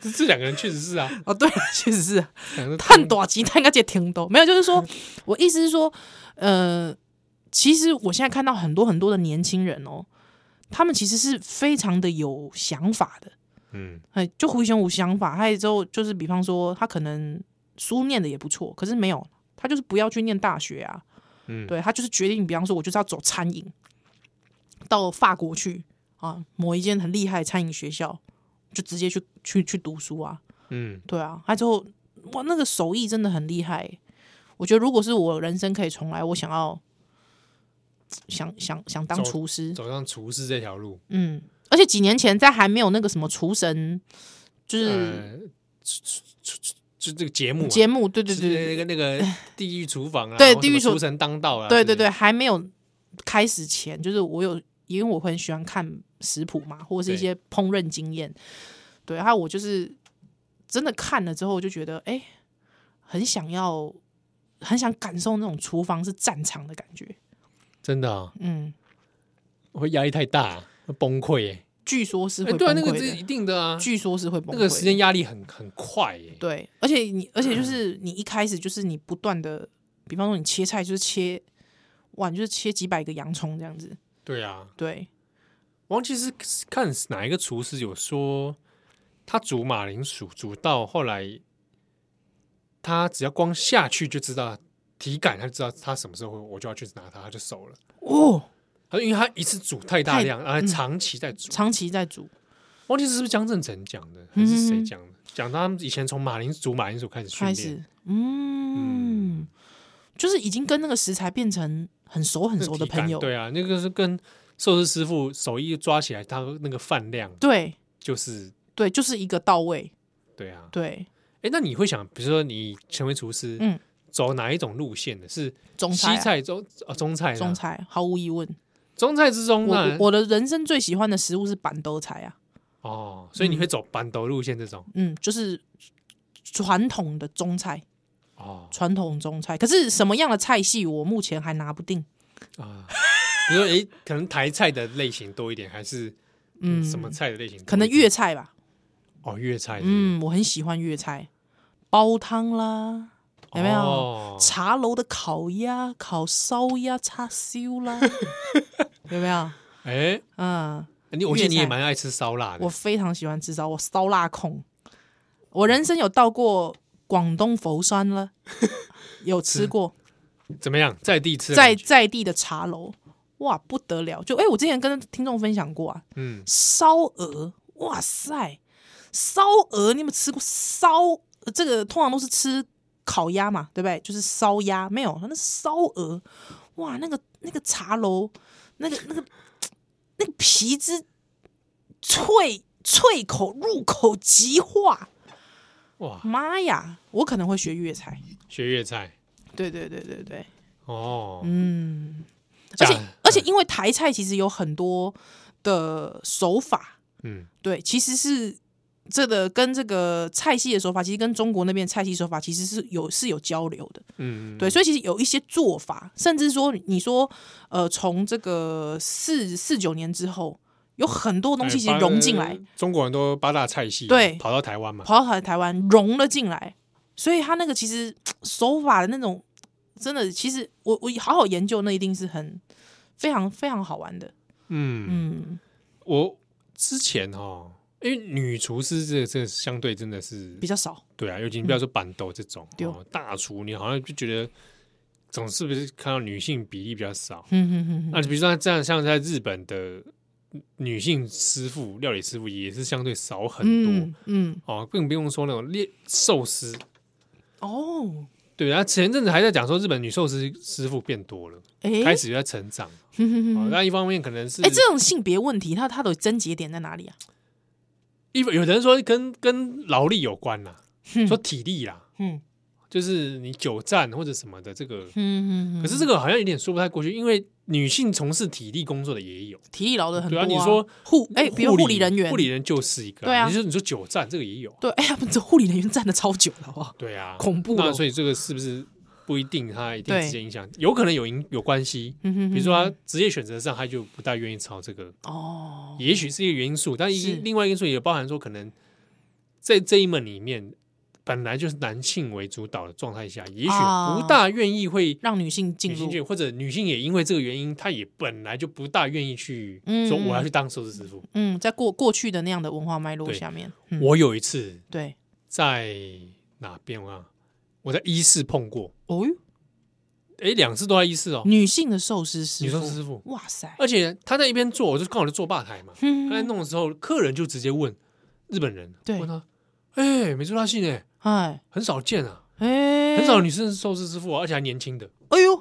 Speaker 2: 这这两个人确实是啊，
Speaker 1: 哦，对啊，确实是
Speaker 2: 两 个嗯
Speaker 1: 探短期探个这停都没有，就是说我意思是说，呃，其实我现在看到很多很多的年轻人哦，他们其实是非常的有想法的，
Speaker 2: 嗯
Speaker 1: 哎，就胡一雄有想法，还有之后就是比方说他可能书念的也不错，可是没有，他就是不要去念大学啊，
Speaker 2: 嗯，
Speaker 1: 对他就是决定，比方说，我就是要走餐饮，到法国去啊，某一间很厉害的餐饮学校，就直接去去去读书啊，
Speaker 2: 嗯
Speaker 1: 对啊，他之后哇，那个手艺真的很厉害欸。我觉得如果是我人生可以重来，我想要想想想当
Speaker 2: 走
Speaker 1: 厨师，
Speaker 2: 走上厨师这条路，
Speaker 1: 嗯，而且几年前在还没有那个什么厨神，就是
Speaker 2: 呃，就这个节目啊
Speaker 1: 节目，对对
Speaker 2: 是
Speaker 1: 对对
Speaker 2: 那个那个地狱厨房啊，
Speaker 1: 对
Speaker 2: 然后
Speaker 1: 地狱
Speaker 2: 什
Speaker 1: 厨
Speaker 2: 么厨神当道啊，
Speaker 1: 对对对，
Speaker 2: 对，
Speaker 1: 还没有开始前，就是我有，因为我很喜欢看食谱嘛，或者是一些烹饪经验，对，还有我就是真的看了之后，我就觉得哎、诶很想要，很想感受那种厨房是战场的感觉。
Speaker 2: 真的啊，
Speaker 1: 嗯，
Speaker 2: 会压力太大，啊会崩溃耶。
Speaker 1: 据说是
Speaker 2: 哎，
Speaker 1: 会
Speaker 2: 对啊，
Speaker 1: 崩
Speaker 2: 那
Speaker 1: 溃的，
Speaker 2: 个是一定的啊，
Speaker 1: 据说是会崩
Speaker 2: 那
Speaker 1: 溃的。
Speaker 2: 个时间压力很很快欸耶。
Speaker 1: 对，而且你，而且 就是你一开始就是你不断的，比方说你切菜就是切，哇，你就是切几百个洋葱这样子，
Speaker 2: 对啊，
Speaker 1: 对，
Speaker 2: 忘记是看哪一个厨师有说，他煮马铃薯煮到后来，他只要光下去就知道体感，他就知道他什么时候会我就要去拿它，他就熟了。
Speaker 1: 哦，
Speaker 2: 他说因为他一次煮太大
Speaker 1: 太嗯
Speaker 2: 量，而长期在煮。
Speaker 1: 长期在煮，
Speaker 2: 忘记是不是江正成讲的，还是谁
Speaker 1: 嗯
Speaker 2: 讲的？讲他们以前从马铃薯煮马铃薯开始训
Speaker 1: 开
Speaker 2: 练，
Speaker 1: 始，嗯，就是已经跟那个食材变成很熟很
Speaker 2: 那
Speaker 1: 熟的
Speaker 2: 体感
Speaker 1: 朋友，
Speaker 2: 对啊，那个是跟寿司师傅手艺抓起来，他那个饭量
Speaker 1: 对
Speaker 2: 就是
Speaker 1: 对就是一个到位，
Speaker 2: 对啊。
Speaker 1: 对，
Speaker 2: 哎，那你会想，比如说你成为厨师，
Speaker 1: 嗯，
Speaker 2: 走哪一种路线的？是
Speaker 1: 中
Speaker 2: 西
Speaker 1: 菜啊、
Speaker 2: 菜、中啊中菜啦、
Speaker 1: 中菜，毫无疑问，
Speaker 2: 中菜之中
Speaker 1: 我我
Speaker 2: 呢？
Speaker 1: 我的人生最喜欢的食物是板豆菜啊，
Speaker 2: 哦，所以你会走板豆路线这种
Speaker 1: 嗯，就是传统的中菜，嗯
Speaker 2: 哦
Speaker 1: 传统中菜，可是什么样的菜系我目前还拿不定，
Speaker 2: 啊。比如说，哎，可能台菜的类型多一点，还是嗯
Speaker 1: 嗯，
Speaker 2: 什么菜的类型多一点？
Speaker 1: 可能粤菜吧，
Speaker 2: 哦粤菜，
Speaker 1: 嗯，我很喜欢粤菜，煲汤啦，有没有？
Speaker 2: 哦
Speaker 1: 茶楼的烤鸭、烤烧鸭、叉烧 啦，有没有？
Speaker 2: 哎，
Speaker 1: 嗯，
Speaker 2: 你我记得
Speaker 1: 粤
Speaker 2: 你也
Speaker 1: 菜
Speaker 2: 蛮爱吃烧腊的，
Speaker 1: 我非常喜欢吃烧，我烧腊控。我人生有到过广东佛山 了，有吃过
Speaker 2: 怎么样？在地吃的
Speaker 1: 在
Speaker 2: 感觉，
Speaker 1: 在地的茶楼，哇，不得了！就哎、我之前跟听众分享过啊，
Speaker 2: 嗯，
Speaker 1: 烧鹅，哇塞，烧鹅，你有没有吃过烧？呃这个通常都是吃烤鸭嘛，对不对？就是烧鸭，没有，那是烧鹅，哇，那个那个茶楼，那个那个那个皮之脆脆口入口即化，
Speaker 2: 哇，
Speaker 1: 妈呀！我可能会学粤菜，
Speaker 2: 学粤菜
Speaker 1: 对对对对对，
Speaker 2: 哦，
Speaker 1: 嗯，而
Speaker 2: 假
Speaker 1: 且而且因为台菜其实有很多的手法，
Speaker 2: 嗯
Speaker 1: 对，其实是这个跟这个菜系的手法，其实跟中国那边菜系手法其实是有是有交流的，
Speaker 2: 嗯，嗯
Speaker 1: 对，所以其实有一些做法，甚至说你说呃，从这个四四九年之后，有很多东西其实
Speaker 2: 哎
Speaker 1: 融进来，
Speaker 2: 八中国人都八大菜系，
Speaker 1: 对
Speaker 2: 跑到台湾嘛，
Speaker 1: 跑到台台湾融了进来，所以他那个其实手法的那种，真的其实我我好好研究，那一定是很非常非常好玩的。
Speaker 2: 嗯，
Speaker 1: 嗯，
Speaker 2: 我之前哦，因为女厨师这这相对真的是
Speaker 1: 比较嗯少，
Speaker 2: 对啊，尤其你不要说板豆这种
Speaker 1: 对
Speaker 2: 哦大厨，你好像就觉得总是不是看到女性比例比较少。
Speaker 1: 嗯哼哼
Speaker 2: 那
Speaker 1: 哼，
Speaker 2: 比如说像这样，像在日本的女性师傅、料理师傅也是相对少很多、
Speaker 1: 嗯嗯，
Speaker 2: 哦，更不用说那种猎寿司。
Speaker 1: 哦，
Speaker 2: 对，然后前阵子还在讲说日本女寿司师傅变多了，
Speaker 1: 哎、
Speaker 2: 开始在成长。
Speaker 1: 哼哼
Speaker 2: 哦
Speaker 1: 哼，
Speaker 2: 那一方面可能是
Speaker 1: 哎、嗯这种性别问题，它它的症结点在哪里啊？
Speaker 2: 一有人说跟跟劳力有关啦，
Speaker 1: 哼
Speaker 2: 说体力啦，
Speaker 1: 嗯
Speaker 2: 就是你久站或者什么的这个。
Speaker 1: 嗯嗯，
Speaker 2: 可是这个好像有点说不太过去，因为女性从事体力工作的也有，
Speaker 1: 体力劳的很
Speaker 2: 对
Speaker 1: 多、
Speaker 2: 啊，你说
Speaker 1: 护哎、比如护理人员，
Speaker 2: 护理人就是一个，
Speaker 1: 对啊
Speaker 2: 你说你说久站这个也有，
Speaker 1: 对，哎、他们这护理人员站的超久了，好不好？
Speaker 2: 对啊，
Speaker 1: 恐怖
Speaker 2: 那
Speaker 1: 了，
Speaker 2: 所
Speaker 1: 以，
Speaker 2: 以这个是不是不一定，它一定
Speaker 1: 对
Speaker 2: 直接影响，有可能有影有关系。
Speaker 1: 嗯哼哼
Speaker 2: 比如说他职业选择上，他就不太愿意朝这个，
Speaker 1: 哦，
Speaker 2: 也许是一个原因素，但一
Speaker 1: 是
Speaker 2: 另外一个因素也包含说，可能在这一门里面本来就是男性为主导的状态下，也许
Speaker 1: 啊
Speaker 2: 不大愿意会
Speaker 1: 让女性进
Speaker 2: 女性
Speaker 1: 入，
Speaker 2: 去，或者女性也因为这个原因，她也本来就不大愿意去
Speaker 1: 嗯
Speaker 2: 说我要去当寿司师傅。
Speaker 1: 嗯，在过过去的那样的文化脉络
Speaker 2: 对
Speaker 1: 下面，嗯、
Speaker 2: 我有一次
Speaker 1: 对，
Speaker 2: 在哪边啊？我在一四碰过，
Speaker 1: 哦哟，
Speaker 2: 诶，两次都在一四哦，
Speaker 1: 女性的寿司嗯师
Speaker 2: 女
Speaker 1: 傅，
Speaker 2: 寿司师傅。
Speaker 1: 哇塞，
Speaker 2: 而且他在一边做，我就刚好就坐吧台嘛。他在
Speaker 1: 嗯，
Speaker 2: 弄的时候，客人就直接问日本人，
Speaker 1: 对
Speaker 2: 问他，哎、美术大信哎，
Speaker 1: 哎
Speaker 2: 很少见啊，
Speaker 1: 哎，
Speaker 2: 很少，女啊生寿司师傅啊、而且还年轻的。
Speaker 1: 哎呦，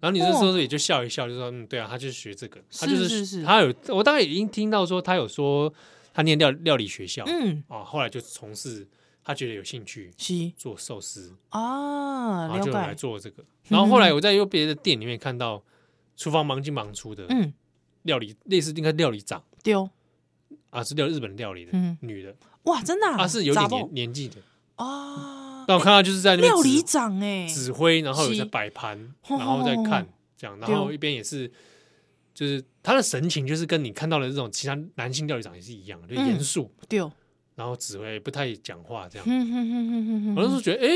Speaker 2: 然后女生寿司也就笑一笑，就说嗯，对啊，他就是学这个，他就是
Speaker 1: 是是
Speaker 2: 他有，我大概已经听到说他有说他念料料理学校，
Speaker 1: 嗯，
Speaker 2: 啊，后来就从事他觉得有兴趣
Speaker 1: 是
Speaker 2: 做寿司，
Speaker 1: 啊，
Speaker 2: 然后
Speaker 1: 了
Speaker 2: 就来
Speaker 1: 解，
Speaker 2: 做这 个。然后后来我在又别的店里面看到厨房忙进忙出的
Speaker 1: 嗯，
Speaker 2: 料理，类似应该料理长
Speaker 1: 丢，
Speaker 2: 啊，是料日本料理的
Speaker 1: 嗯，
Speaker 2: 女的，
Speaker 1: 哇，真的啊，
Speaker 2: 她是有点
Speaker 1: 杂
Speaker 2: 年
Speaker 1: 报
Speaker 2: 年纪的。
Speaker 1: 啊，
Speaker 2: 但我看她就是在那边
Speaker 1: 料理
Speaker 2: 指
Speaker 1: 长哎，
Speaker 2: 指挥，然后有在
Speaker 1: 是
Speaker 2: 摆盘，
Speaker 1: 吼
Speaker 2: 然后再看这样，然
Speaker 1: 对
Speaker 2: 后
Speaker 1: 哦
Speaker 2: 一边也是。就是她的神情，就是跟你看到的这种其他男性料理长也是一样，就
Speaker 1: 嗯
Speaker 2: 严肃，
Speaker 1: 丢，
Speaker 2: 然后指挥不太讲话这样。
Speaker 1: 嗯哼哼哼哼
Speaker 2: 我那时
Speaker 1: 哼，
Speaker 2: 候觉得，哎、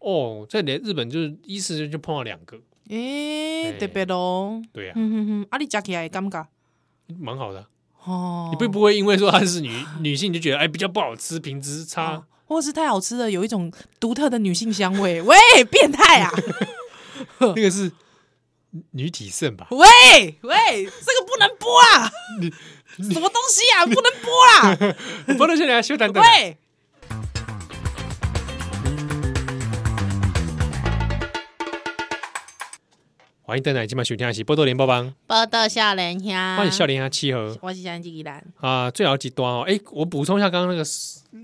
Speaker 2: 哦，在连日本就是一时就碰到两个，
Speaker 1: 哎
Speaker 2: 哎，
Speaker 1: 特别咯，
Speaker 2: 对啊，
Speaker 1: 嗯哼哼，啊，你加起来尴尬
Speaker 2: 蛮好的啊。
Speaker 1: 嗯哦，
Speaker 2: 你并不会因为说她是女女性就觉得哎比较不好吃，品质差
Speaker 1: 啊，或是太好吃了，有一种独特的女性香味。 喂，变态 啊！
Speaker 2: 那个是女体 盛吧？
Speaker 1: 喂喂，这个不能播啊！什么东西啊？不能 播啦！
Speaker 2: 不能现在修蛋蛋。
Speaker 1: 喂，
Speaker 2: 欢迎蛋奶今晚收听的是波多连播帮，
Speaker 1: 报道笑人呀
Speaker 2: 欢迎笑脸啊七和
Speaker 1: 我是相机依兰。
Speaker 2: 啊，最好极端哦。哎，我补充一下刚刚那个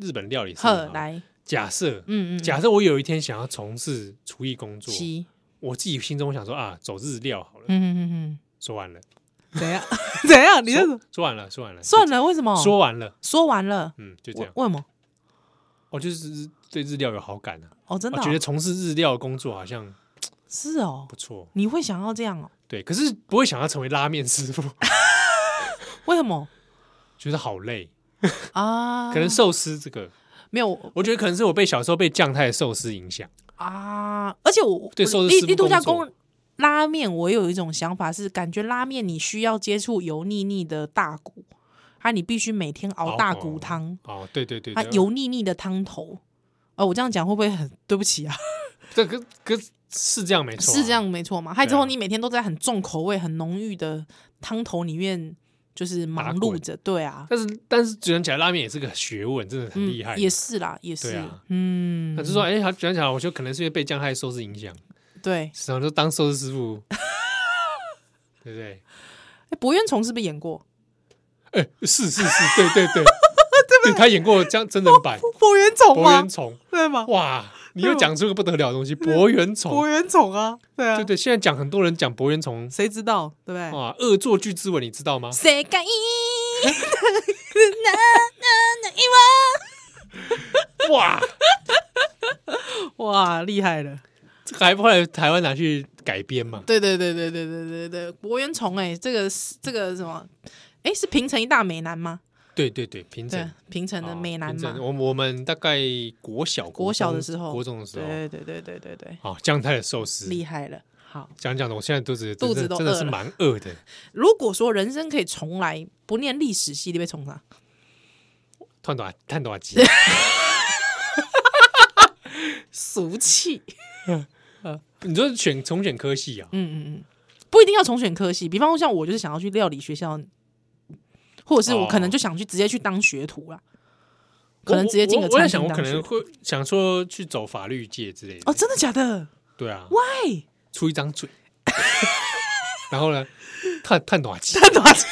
Speaker 2: 日本料理师
Speaker 1: 呵，
Speaker 2: 啊，
Speaker 1: 来，
Speaker 2: 假设
Speaker 1: 嗯嗯，
Speaker 2: 假设我有一天想要从事厨艺工作，
Speaker 1: 七，
Speaker 2: 我自己心中想说啊，走日料好了。
Speaker 1: 嗯嗯嗯
Speaker 2: 说完了，
Speaker 1: 嗯，怎样 怎样？你这
Speaker 2: 说说完了，说完了，
Speaker 1: 算哦了？为什么？
Speaker 2: 说完了，
Speaker 1: 说完了，
Speaker 2: 嗯，就这
Speaker 1: 我
Speaker 2: 样。
Speaker 1: 为什么？
Speaker 2: 我就是对日料有好感啊，
Speaker 1: 哦，真
Speaker 2: 我
Speaker 1: 的哦
Speaker 2: 觉得从事日料工作好像
Speaker 1: 是哦
Speaker 2: 不，错。
Speaker 1: 你会想要这样哦？
Speaker 2: 对，可是不会想要成为拉面 师傅，
Speaker 1: 为什么
Speaker 2: 觉得好累。
Speaker 1: 啊？
Speaker 2: 可能寿司这个，
Speaker 1: 没有
Speaker 2: 我觉得可能是我被小时候被酱太的寿司影响。
Speaker 1: 啊，而且我
Speaker 2: 对
Speaker 1: 我
Speaker 2: 寿司师
Speaker 1: 立
Speaker 2: 傅
Speaker 1: 立度假
Speaker 2: 工作
Speaker 1: 工拉面，我有一种想法是，感觉拉面你需要接触油腻腻的大骨，啊，你必须每天熬大骨汤，
Speaker 2: 哦，对对对
Speaker 1: 它
Speaker 2: 对，
Speaker 1: 油腻腻的汤头。呃，我这样讲会不会很对不起啊？
Speaker 2: 这个可是这样没错啊、
Speaker 1: 是这样没错嘛？还之
Speaker 2: 对啊
Speaker 1: 后你每天都在很重口味、很浓郁的汤头里面，就是忙
Speaker 2: 打滚
Speaker 1: 碌着，对啊，
Speaker 2: 但是但是卷起来拉面也是个学问，真的很厉害。
Speaker 1: 嗯，也是啦，也是，
Speaker 2: 对啊
Speaker 1: 嗯，
Speaker 2: 他就说，哎、他卷起来，我觉得可能是因为被酱太寿司影响，
Speaker 1: 对，
Speaker 2: 然后就当寿司师傅。对不对？
Speaker 1: 哎博彦崇是不是演过？
Speaker 2: 哎、是是是，对对对，对他演过江真人版
Speaker 1: 博元崇哦
Speaker 2: 博
Speaker 1: 吗
Speaker 2: 元？崇，
Speaker 1: 对吗？
Speaker 2: 哇，你又讲出个不得了的东西，博元
Speaker 1: 博
Speaker 2: 崇，
Speaker 1: 元崇啊，对啊，哦
Speaker 2: 对对，现在讲很多人讲博元崇
Speaker 1: 谁知道对不对？
Speaker 2: 哇，恶作剧之吻你知道吗？
Speaker 1: 谁敢赢？ 那那那一万
Speaker 2: 哇，
Speaker 1: 哇，厉害了！
Speaker 2: 这个还不后来台湾拿去改编嘛？
Speaker 1: 对对对对对对对对，博元崇哎，这个是这个什么？哎，是平城一大美男吗？
Speaker 2: 对对对，平整
Speaker 1: 对，平城的
Speaker 2: 啊
Speaker 1: 美男
Speaker 2: 平
Speaker 1: 嘛
Speaker 2: 整。我我们大概国小、
Speaker 1: 国小
Speaker 2: 中
Speaker 1: 的时候
Speaker 2: 国中的时候，
Speaker 1: 对对对对对对，
Speaker 2: 啊，姜太的寿司，
Speaker 1: 厉害了。好，
Speaker 2: 讲讲的，我现在肚子
Speaker 1: 肚子
Speaker 2: 真的
Speaker 1: 都
Speaker 2: 真的是
Speaker 1: 饿了
Speaker 2: 蛮饿的。
Speaker 1: 如果说人生可以重来，不念历史系，你被冲啥？
Speaker 2: 探短探 短鸡，
Speaker 1: 俗气。
Speaker 2: 你说选重选科系啊？
Speaker 1: 嗯嗯嗯，不一定要重选科系，比方说像我就是想要去料理学校，或者是我可能就想去直接去当学徒啦，可能直接进个
Speaker 2: 我我我在
Speaker 1: 餐
Speaker 2: 想，
Speaker 1: 厅
Speaker 2: 我
Speaker 1: 当
Speaker 2: 可
Speaker 1: 学
Speaker 2: 能
Speaker 1: 徒
Speaker 2: 会想说去走法律界之类的。
Speaker 1: 哦，真的假的
Speaker 2: 对啊，
Speaker 1: ？Why？
Speaker 2: 出一张嘴， 然后呢，探探短鸡
Speaker 1: 他拿去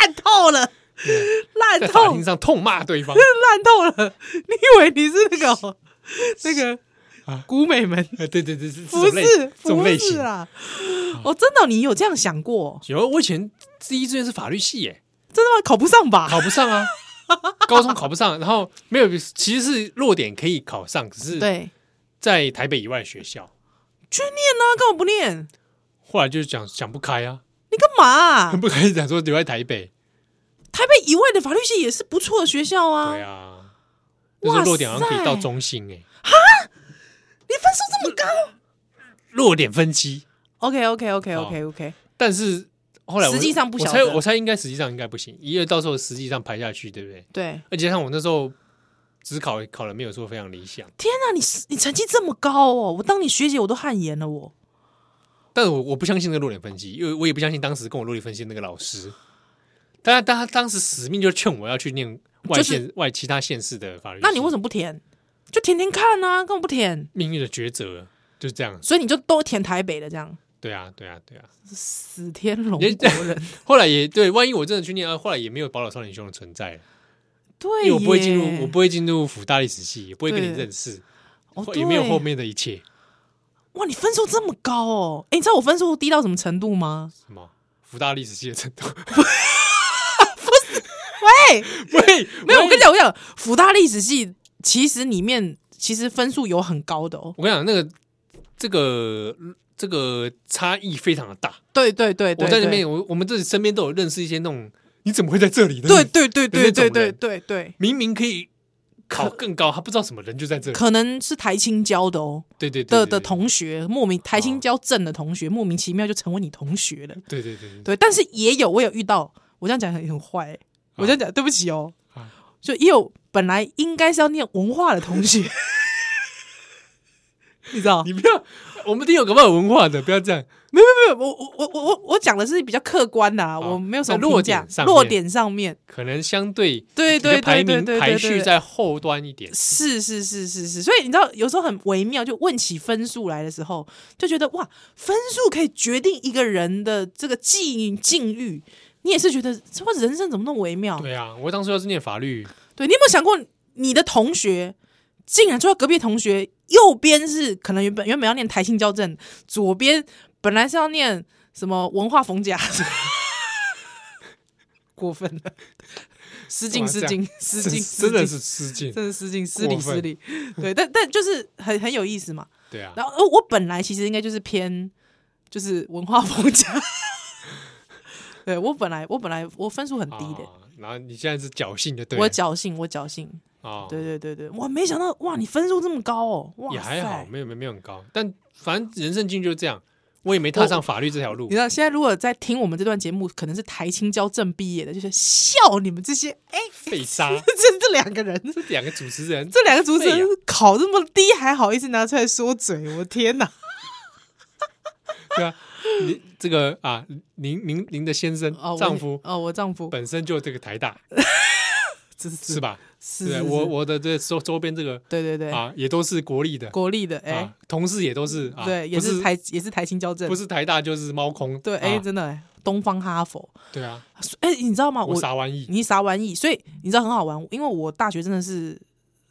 Speaker 1: 烂透了，
Speaker 2: 在
Speaker 1: 烂
Speaker 2: 法
Speaker 1: 透
Speaker 2: 庭上痛骂对 方，
Speaker 1: 烂透了！你以为你是那个 哦那 个
Speaker 2: 啊
Speaker 1: 古美门？
Speaker 2: 呃对对对，是
Speaker 1: 不是，
Speaker 2: 这种类
Speaker 1: 不是啊
Speaker 2: 型。
Speaker 1: 啦。哦，真的哦，你有这样想过？
Speaker 2: 有，我以前第一志愿是法律系耶，
Speaker 1: 真的吗？考不上吧？
Speaker 2: 考不上 啊，高中考不上，然后没有，其实是弱点可以考上，只是
Speaker 1: 对，
Speaker 2: 在台北以外的学校。
Speaker 1: 去念啊，干嘛不念？
Speaker 2: 后来就想想不开啊，
Speaker 1: 你干嘛 啊、
Speaker 2: 不开想说留在台北。
Speaker 1: 台北以外的法律系也是不错的学校啊。
Speaker 2: 对啊，那时候弱点好像可以到
Speaker 1: 哇塞
Speaker 2: 中心哎、
Speaker 1: 你分数这 么高
Speaker 2: 弱点分析，
Speaker 1: ？OK OK OK OK OK，
Speaker 2: 但是后来我
Speaker 1: 实际上不
Speaker 2: 我
Speaker 1: 晓
Speaker 2: 猜
Speaker 1: 得
Speaker 2: 我猜应该实际上应该不行，因为到时候实际上排下去，对不对？
Speaker 1: 对。
Speaker 2: 而且像我那时候只考考了没有说非常理想，
Speaker 1: 天哪、你是你成绩这么高哦！我当你学姐我都汗颜了我。
Speaker 2: 但我我不相信那个弱点分析，因为我也不相信当时跟我弱点分析的那个老师，但他但他当时死命就劝我要去念外
Speaker 1: 就是
Speaker 2: 县、外其他县市的法律系，
Speaker 1: 那你为什
Speaker 2: 么
Speaker 1: 么不填？就填填看啊，干嘛不填？
Speaker 2: 命运的抉择就是这样？
Speaker 1: 所以你就都填台北的这样，
Speaker 2: 对啊，对啊，对啊。
Speaker 1: 死天龙
Speaker 2: 你
Speaker 1: 国人。
Speaker 2: 后来也对，万一我真的去念，啊后来也没有宝岛少年兄的存在了，
Speaker 1: 对耶，
Speaker 2: 因为我不会进入，我不会进入辅大历史系，也不会跟你
Speaker 1: 对
Speaker 2: 认识，
Speaker 1: 哦
Speaker 2: 也没有
Speaker 1: 对
Speaker 2: 后面的一切。
Speaker 1: 哇，你分数这么高哦！哎，你知道我分数低到什么程度吗？
Speaker 2: 什么福大历史系的程 度？
Speaker 1: 喂，
Speaker 2: 喂，
Speaker 1: 没有，我跟
Speaker 2: 喂
Speaker 1: 你讲，我跟你讲，福大历史系其实里面其实分数有很高的哦。
Speaker 2: 我跟你讲，那个这个这个差异非常的大。
Speaker 1: 对对对对，
Speaker 2: 我在那
Speaker 1: 对
Speaker 2: 边，我我们自己身边都有认识一些那种，你怎么会在这里呢？
Speaker 1: 对，对对
Speaker 2: 那
Speaker 1: 对
Speaker 2: 种
Speaker 1: 对对
Speaker 2: 人
Speaker 1: 对对，
Speaker 2: 明明可以考更高，他不知道什么人就在这里。
Speaker 1: 可能是台青教的哦
Speaker 2: 对对对哦
Speaker 1: 的
Speaker 2: 对
Speaker 1: 的，同学，莫名台青教正的同学，莫名其妙就成为你同学了。
Speaker 2: 对对对对对，
Speaker 1: 对，但是也有我有遇到，我这样讲很很坏欸、我这样讲对不起哦
Speaker 2: 啊，
Speaker 1: 就也有本来应该是要念文化的同 学，你知道？
Speaker 2: 你不要，我们一定有个有文化的，不要这样。
Speaker 1: 没有没有没有，我我我我我讲的是比较客观的、啊，
Speaker 2: 好
Speaker 1: 我没有什
Speaker 2: 哦在
Speaker 1: 么
Speaker 2: 弱
Speaker 1: 评
Speaker 2: 点
Speaker 1: 价
Speaker 2: 上
Speaker 1: 落
Speaker 2: 面
Speaker 1: 点上面，
Speaker 2: 可能相对
Speaker 1: 对
Speaker 2: 你的
Speaker 1: 对
Speaker 2: 排
Speaker 1: 对对
Speaker 2: 名
Speaker 1: 对
Speaker 2: 排
Speaker 1: 对
Speaker 2: 序
Speaker 1: 对，
Speaker 2: 在后端一点。
Speaker 1: 是是是是是，所以你知道有时候很微妙，就问起分数来的时候，就觉得哇，分数可以决定一个人的这个境境遇，你也是觉得这人生怎么那么微妙？
Speaker 2: 对啊，我当初要是念法律，
Speaker 1: 对你有没有想过，你的同学竟然坐在隔壁的同学右边是可能原本原本要念台信教政，左边本来是要念什么文化逢甲，过分了，失敬
Speaker 2: 干嘛
Speaker 1: 失
Speaker 2: 这样
Speaker 1: 敬失敬，
Speaker 2: 真的
Speaker 1: 失敬
Speaker 2: 是失敬。
Speaker 1: 真的失敬失礼
Speaker 2: 过分
Speaker 1: 失礼，对，但但就是很很有意思嘛。
Speaker 2: 对啊，
Speaker 1: 然后呃我本来其实应该就是偏就是文化风家， 对我本来我本来我分数很低的，
Speaker 2: 啊然后你现在是侥幸的，对
Speaker 1: 我侥幸我侥幸，
Speaker 2: 啊，
Speaker 1: 对对对对，我没想到哇你分数这么高哦，哇
Speaker 2: 也还好，
Speaker 1: 塞！
Speaker 2: 没有没有没有很高，但反正人生境就是这样，我也没踏上法律这条路
Speaker 1: 你知。道现在如果在听我们这段节目，可能是台青交正毕业的，就是笑你们这些 哎，
Speaker 2: 废沙，
Speaker 1: 这这两个人，
Speaker 2: 这两个主持人，
Speaker 1: 这两个主持
Speaker 2: 废
Speaker 1: 人
Speaker 2: 啊
Speaker 1: 考这么低，还好意思拿出来说嘴，我天哪！
Speaker 2: 对啊，您这个啊，您您您的先生
Speaker 1: 哦，我
Speaker 2: 丈夫
Speaker 1: 哦，我丈夫
Speaker 2: 本身就这个台大，
Speaker 1: 是
Speaker 2: 是？吧？
Speaker 1: 是
Speaker 2: 对，
Speaker 1: 是
Speaker 2: 我
Speaker 1: 是
Speaker 2: 我的这周周边这个
Speaker 1: 对对对，
Speaker 2: 啊，也都是国立的
Speaker 1: 国立的哎
Speaker 2: 啊，，同事也都是啊，
Speaker 1: 对，也
Speaker 2: 不是
Speaker 1: 是台也是台青校正
Speaker 2: 不，是台大就是猫空，
Speaker 1: 对，哎，
Speaker 2: 啊
Speaker 1: 真的哎，东方哈佛，
Speaker 2: 对啊，
Speaker 1: 哎，你知道吗？
Speaker 2: 我
Speaker 1: 我
Speaker 2: 啥玩意？
Speaker 1: 你啥玩意？所以你知道很好玩，因为我大学真的是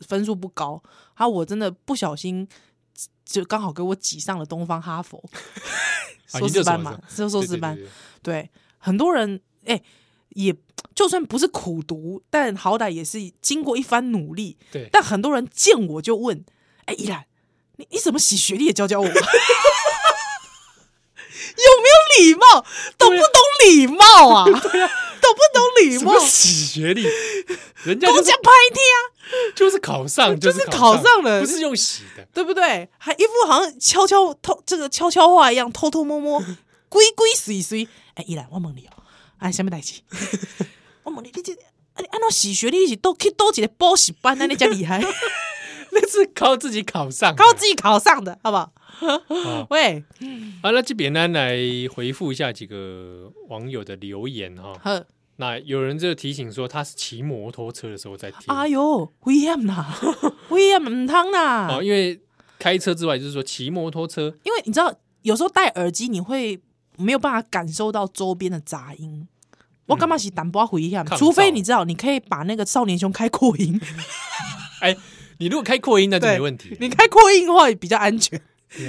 Speaker 1: 分数不高，啊，我真的不小心就刚好给我挤上了东方哈佛
Speaker 2: 啊
Speaker 1: 硕
Speaker 2: 研究
Speaker 1: 士
Speaker 2: 所
Speaker 1: 班嘛
Speaker 2: 是，
Speaker 1: 是硕士
Speaker 2: 对
Speaker 1: 班，
Speaker 2: 对对
Speaker 1: 对，很多人哎、也就算不是苦读，但好歹也是经过一番努力。
Speaker 2: 对
Speaker 1: 但很多人见我就问：“哎、依然，你你怎么洗学历也教教我？” 有没有礼貌？懂不懂礼貌 啊？对呀、懂不懂礼
Speaker 2: 对啊什
Speaker 1: 貌
Speaker 2: 么？洗 学历？人家
Speaker 1: 公
Speaker 2: 就是
Speaker 1: 家拍贴啊，
Speaker 2: 就是考上，
Speaker 1: 就是是考
Speaker 2: 上
Speaker 1: 上了
Speaker 2: 不是用洗的。
Speaker 1: 对不对？还一副好像悄悄偷这个悄悄话一样，偷偷摸摸， 鬼鬼祟祟。哎，依然我问你哦，哎，什么代志？ 我问你，你这啊你按照洗学历你是都去多几个补习班，那你才 厉害，
Speaker 2: 那是靠自己考上的，
Speaker 1: 靠自己考上的，好不好？
Speaker 2: 哦
Speaker 1: 喂，
Speaker 2: 好，那这边呢来回复一下几个网友的留言哈、
Speaker 1: 呵，
Speaker 2: 那有人就提醒说，他是骑摩托车的时候在听
Speaker 1: 哎呦，危险 啦，危险唔通啦
Speaker 2: 哦，，因为开车之外，就是说骑摩托车，
Speaker 1: 因为你知道，有时候戴耳机你会没有办法感受到周边的杂音。我干嘛是淡薄回险
Speaker 2: 嗯抗？噪
Speaker 1: 除非你知道，你可以把那个少年兄开扩 音，
Speaker 2: 哎，你如果开扩音那就
Speaker 1: 对
Speaker 2: 没问题。
Speaker 1: 你开扩音的话也比较安全，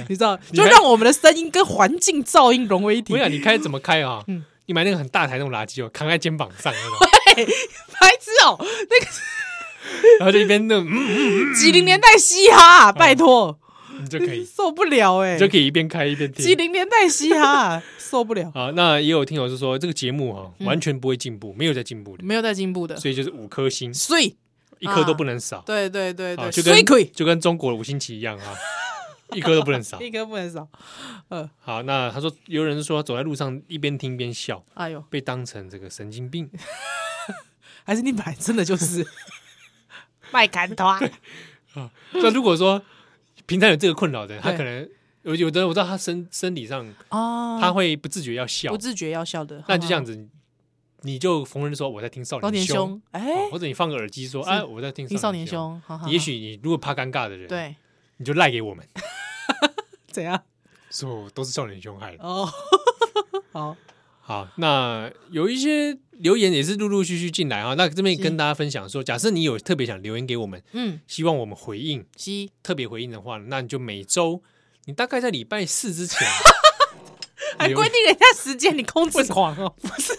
Speaker 1: 你知道，
Speaker 2: 你
Speaker 1: 就
Speaker 2: 还
Speaker 1: 让我们的声音跟环境噪音融为一体
Speaker 2: 不。要你开怎么开啊、
Speaker 1: 嗯
Speaker 2: 你买那个很大台那种垃圾哦，扛在肩膀上那种，
Speaker 1: 白痴 哦，
Speaker 2: 然后就一边弄，嗯，
Speaker 1: 几零年代嘻哈啊，拜托，
Speaker 2: 你哦就 可以，
Speaker 1: 受不了哎
Speaker 2: 你就，可以一边开一边
Speaker 1: 几
Speaker 2: 听。
Speaker 1: 零年代嘻哈啊受不了，
Speaker 2: 啊，那也有听友是说这个节目哈、
Speaker 1: 嗯
Speaker 2: 完全不会进步，没有在进步的，
Speaker 1: 没有在进步的，
Speaker 2: 所以就是五颗星，
Speaker 1: 所以
Speaker 2: 一颗都不能少。
Speaker 1: 对对对
Speaker 2: 啊，
Speaker 1: 对，
Speaker 2: 就
Speaker 1: 所以
Speaker 2: 跟
Speaker 1: 可以
Speaker 2: 就跟中国的五星旗一样 啊，一颗都不能少。
Speaker 1: 一颗不能少，
Speaker 2: 好，那他说有人说走在路上一边听边笑，
Speaker 1: 哎呦，
Speaker 2: 被当成这个神经 病。
Speaker 1: 还是你本来真的就是 卖砍头啊，
Speaker 2: 那如果说平常有这个困扰的人，他
Speaker 1: 对
Speaker 2: 可能有有的人我知道他身生理上
Speaker 1: 哦
Speaker 2: 他会不自觉要笑
Speaker 1: 不，自觉要笑的，
Speaker 2: 那就这样
Speaker 1: 子，
Speaker 2: 子，你就逢人说我在听少
Speaker 1: 少
Speaker 2: 年
Speaker 1: 年
Speaker 2: 凶，
Speaker 1: 兄，哎
Speaker 2: 哦，或者你放个耳机说
Speaker 1: 是
Speaker 2: 哎我在听
Speaker 1: 听少年
Speaker 2: 年凶，
Speaker 1: 兄，好好好
Speaker 2: 也许你如果怕尴尬的人，，
Speaker 1: 对
Speaker 2: 你就赖给我们，
Speaker 1: 怎样
Speaker 2: 说都是少年凶害的。
Speaker 1: 哦，好，
Speaker 2: 好，那有一些留言也是陆陆续续进来啊。那这边
Speaker 1: 是
Speaker 2: 跟大家分享说，假设你有特别想留言给我们，
Speaker 1: 嗯，
Speaker 2: 希望我们回应，
Speaker 1: 西。，
Speaker 2: 特别回应的话，那你就每周，你大概在礼拜四之前
Speaker 1: 还
Speaker 2: 留
Speaker 1: 规定人家时间，你控制狂哦！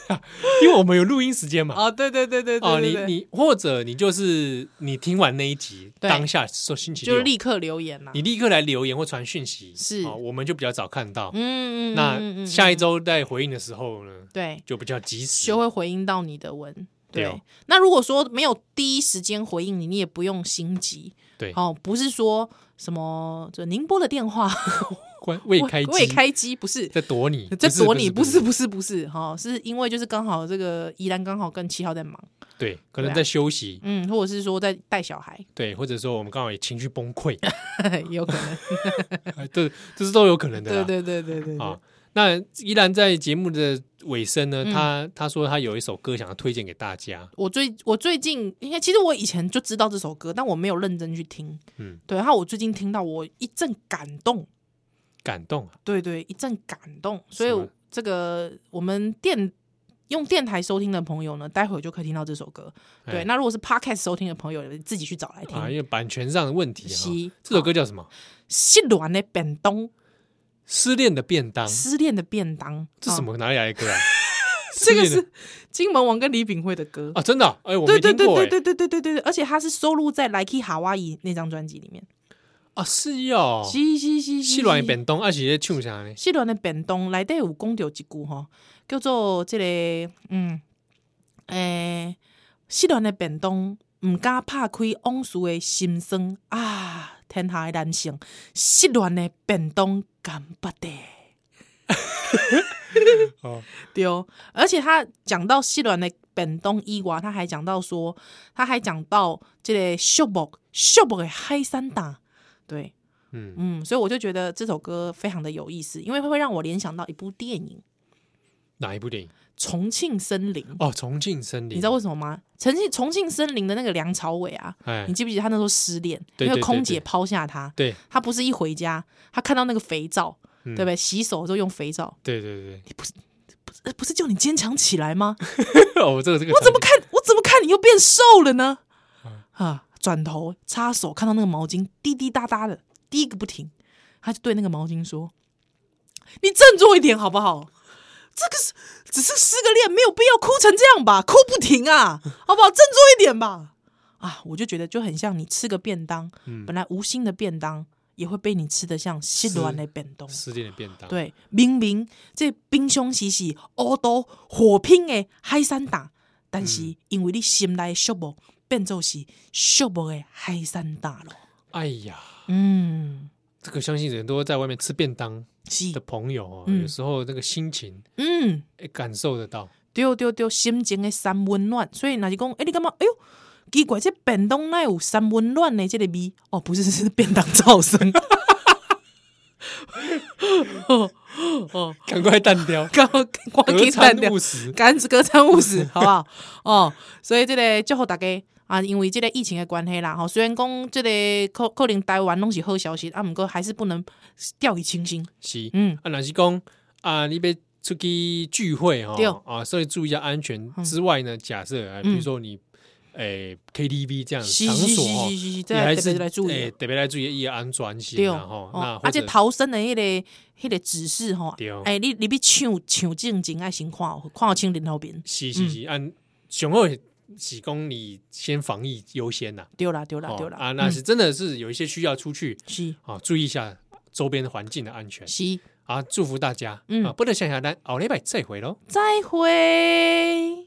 Speaker 2: 啊因为我们有录音时间嘛。
Speaker 1: 哦，对对 对对对
Speaker 2: 哦，
Speaker 1: 对
Speaker 2: 你
Speaker 1: 对，
Speaker 2: 你或者你就是你听完那一集
Speaker 1: 对
Speaker 2: 当下说星期
Speaker 1: 就是
Speaker 2: 六，
Speaker 1: 立刻留言呐。啊
Speaker 2: 你立刻来留言或传讯息，
Speaker 1: 是
Speaker 2: 哦，我们就比较早看到。
Speaker 1: 嗯嗯嗯，嗯
Speaker 2: 那
Speaker 1: 嗯
Speaker 2: 下一周在回应的时候呢，
Speaker 1: 对，
Speaker 2: 就比较及时
Speaker 1: 就。会回应到你的文。
Speaker 2: 对
Speaker 1: 对
Speaker 2: 哦，
Speaker 1: 那如果说没有第一时间回应你，你也不用心急。
Speaker 2: 对
Speaker 1: 哦，不是说什么就宁波的电话
Speaker 2: 关未开机，
Speaker 1: 未开机，不是
Speaker 2: 在躲你，
Speaker 1: 在
Speaker 2: 不是
Speaker 1: 躲你，
Speaker 2: 不
Speaker 1: 不
Speaker 2: 是
Speaker 1: 是不是不是哈，哦是因为就是刚好这个宜兰刚好跟七号在忙，
Speaker 2: 对，可能
Speaker 1: 对啊
Speaker 2: 在休息，
Speaker 1: 嗯，或者是说在带小孩，
Speaker 2: 对，或者说我们刚好也情绪崩溃，
Speaker 1: 也有可能。
Speaker 2: 哎这这是都有可能的
Speaker 1: 对
Speaker 2: 啦。
Speaker 1: 对对对对对
Speaker 2: 啊，那依然在节目的尾声
Speaker 1: 嗯
Speaker 2: 呢，他他说他有一首歌想要推荐给大家，
Speaker 1: 我最我最近应该其实我以前就知道这首歌，但我没有认真去听。
Speaker 2: 嗯，
Speaker 1: 对，然后我最近听到我一阵感动，
Speaker 2: 感动啊，
Speaker 1: 对对，一阵感动。所
Speaker 2: 是吗
Speaker 1: 以这个我们电用电台收听的朋友呢，待会儿就可以听到这首歌。对，
Speaker 2: 哎
Speaker 1: 那如果是 podcast 收听的朋友，你们自己去找来听。
Speaker 2: 啊，因为版权上的问题啊。
Speaker 1: 西
Speaker 2: 这首歌叫什
Speaker 1: 哦
Speaker 2: 么？
Speaker 1: 失恋的便当，
Speaker 2: 失恋的便当，
Speaker 1: 失恋的便当，
Speaker 2: 啊这什
Speaker 1: 啊？
Speaker 2: 么哪里来的歌啊？
Speaker 1: 这个
Speaker 2: 失恋的
Speaker 1: 是金门王跟李炳辉的歌。
Speaker 2: 啊，真的啊，哎，我
Speaker 1: 对
Speaker 2: 没
Speaker 1: 对
Speaker 2: 听
Speaker 1: 对
Speaker 2: 过
Speaker 1: 对
Speaker 2: 哎
Speaker 1: 对对对对对对，而且它是收录在《来 k 哈哇伊》那张专辑里面。
Speaker 2: 啊，是要
Speaker 1: 是是是是，
Speaker 2: 西软的便当，啊而且唱啥呢？
Speaker 1: 失恋的便当内底有讲到一句吼，叫做即、个嗯，诶、失恋的便当毋敢拍开往事的心酸啊，天下的男性，失恋的便当干不得。
Speaker 2: 哦，
Speaker 1: 对哦，而且他讲到失恋的便当以外，他还讲到说，他还讲到这个寂寞寂寞的海山大，对，
Speaker 2: 嗯，
Speaker 1: 嗯，所以我就觉得这首歌非常的有意思，因为会让我联想到一部电影，
Speaker 2: 哪一部电影？
Speaker 1: 重庆森林》
Speaker 2: 哦，《重庆森林》。
Speaker 1: 你知道为什么吗？重庆重庆森林的那个梁朝伟啊，
Speaker 2: 哎
Speaker 1: 你，记不记得他那时候失恋，
Speaker 2: 对
Speaker 1: 因为
Speaker 2: 对对
Speaker 1: 空姐
Speaker 2: 对
Speaker 1: 抛下他，
Speaker 2: 对
Speaker 1: 他不是一回家，他看到那个肥皂，
Speaker 2: 嗯
Speaker 1: 对不对？洗手的时候用肥皂，
Speaker 2: 对对
Speaker 1: 呃不是叫你坚强起来吗？
Speaker 2: 对， 哦，这个这个，我怎么看？
Speaker 1: 看我怎么看你又变瘦了呢？啊，转头插手看到那个毛巾滴滴答答的滴个不停，他就对那个毛巾说：“你振作一点好不好？这个是只是失个恋，没有必要哭成这样吧？哭不停啊，好不好？振作一点吧！”啊，我就觉得就很像你吃个便当，
Speaker 2: 嗯
Speaker 1: 本来无心的便当也会被你吃的像稀软的便当。
Speaker 2: 失恋的便当，，
Speaker 1: 对，明明这冰凶兮兮、乌都火拼的海产蛋，但是因为你心内寂寞，变奏是寂寞的海产蛋咯。
Speaker 2: 哎呀，
Speaker 1: 嗯，
Speaker 2: 这个相信很多在外面吃便当
Speaker 1: 是
Speaker 2: 的，朋友哦，
Speaker 1: 嗯
Speaker 2: 有时候那个心情
Speaker 1: 嗯，
Speaker 2: 哎感受 得到，
Speaker 1: 对对对，心情的三温暖，所以若是讲，哎、你感觉哎呦，奇怪，这便当哪有三温暖呢？这个味哦，不是，是便当噪声。 哦哦，，
Speaker 2: 赶快淡掉
Speaker 1: 刚刚我
Speaker 2: 隔
Speaker 1: 给淡
Speaker 2: 餐
Speaker 1: 掉
Speaker 2: 勿。食。
Speaker 1: 赶隔三勿 死，好不好？哦，所以这个祝福大家啊，因为这个疫情的关系啦，吼，虽然讲这个可可能台湾拢是好消息，啊，毋过还是不能掉以轻心。
Speaker 2: 是，
Speaker 1: 嗯，
Speaker 2: 啊，若是讲啊，你被出去聚会哦
Speaker 1: 对，嗯
Speaker 2: 啊，所以注意一下安全之外呢，假设啊，比如说你哎诶 KTV 这样的
Speaker 1: 是
Speaker 2: 呃场
Speaker 1: 是是
Speaker 2: 所
Speaker 1: 是
Speaker 2: 哦，
Speaker 1: 是是，
Speaker 2: 你
Speaker 1: 这
Speaker 2: 还
Speaker 1: 特
Speaker 2: 是
Speaker 1: 别来注
Speaker 2: 诶
Speaker 1: 意。哦
Speaker 2: 特别来注意，也安全性
Speaker 1: 对
Speaker 2: 啦吼
Speaker 1: 哦，，
Speaker 2: 那
Speaker 1: 哦
Speaker 2: 或
Speaker 1: 而且
Speaker 2: 者
Speaker 1: 逃生的迄个迄个指示吼
Speaker 2: 对，哦
Speaker 1: 哎，你你要抢抢进前爱先看哦，看好清林后边。
Speaker 2: 是是啊是，按雄厚是讲你先防疫优先呐，
Speaker 1: 对啦对啦
Speaker 2: 哦
Speaker 1: 对啦，
Speaker 2: 啊，那
Speaker 1: 嗯
Speaker 2: 是真的是有一些需要出去
Speaker 1: 是
Speaker 2: 啊，注意一下周边的环境的安全
Speaker 1: 是，
Speaker 2: 啊，祝福大家，
Speaker 1: 嗯
Speaker 2: 啊，不能想想咱后礼拜再回喽。
Speaker 1: 再会。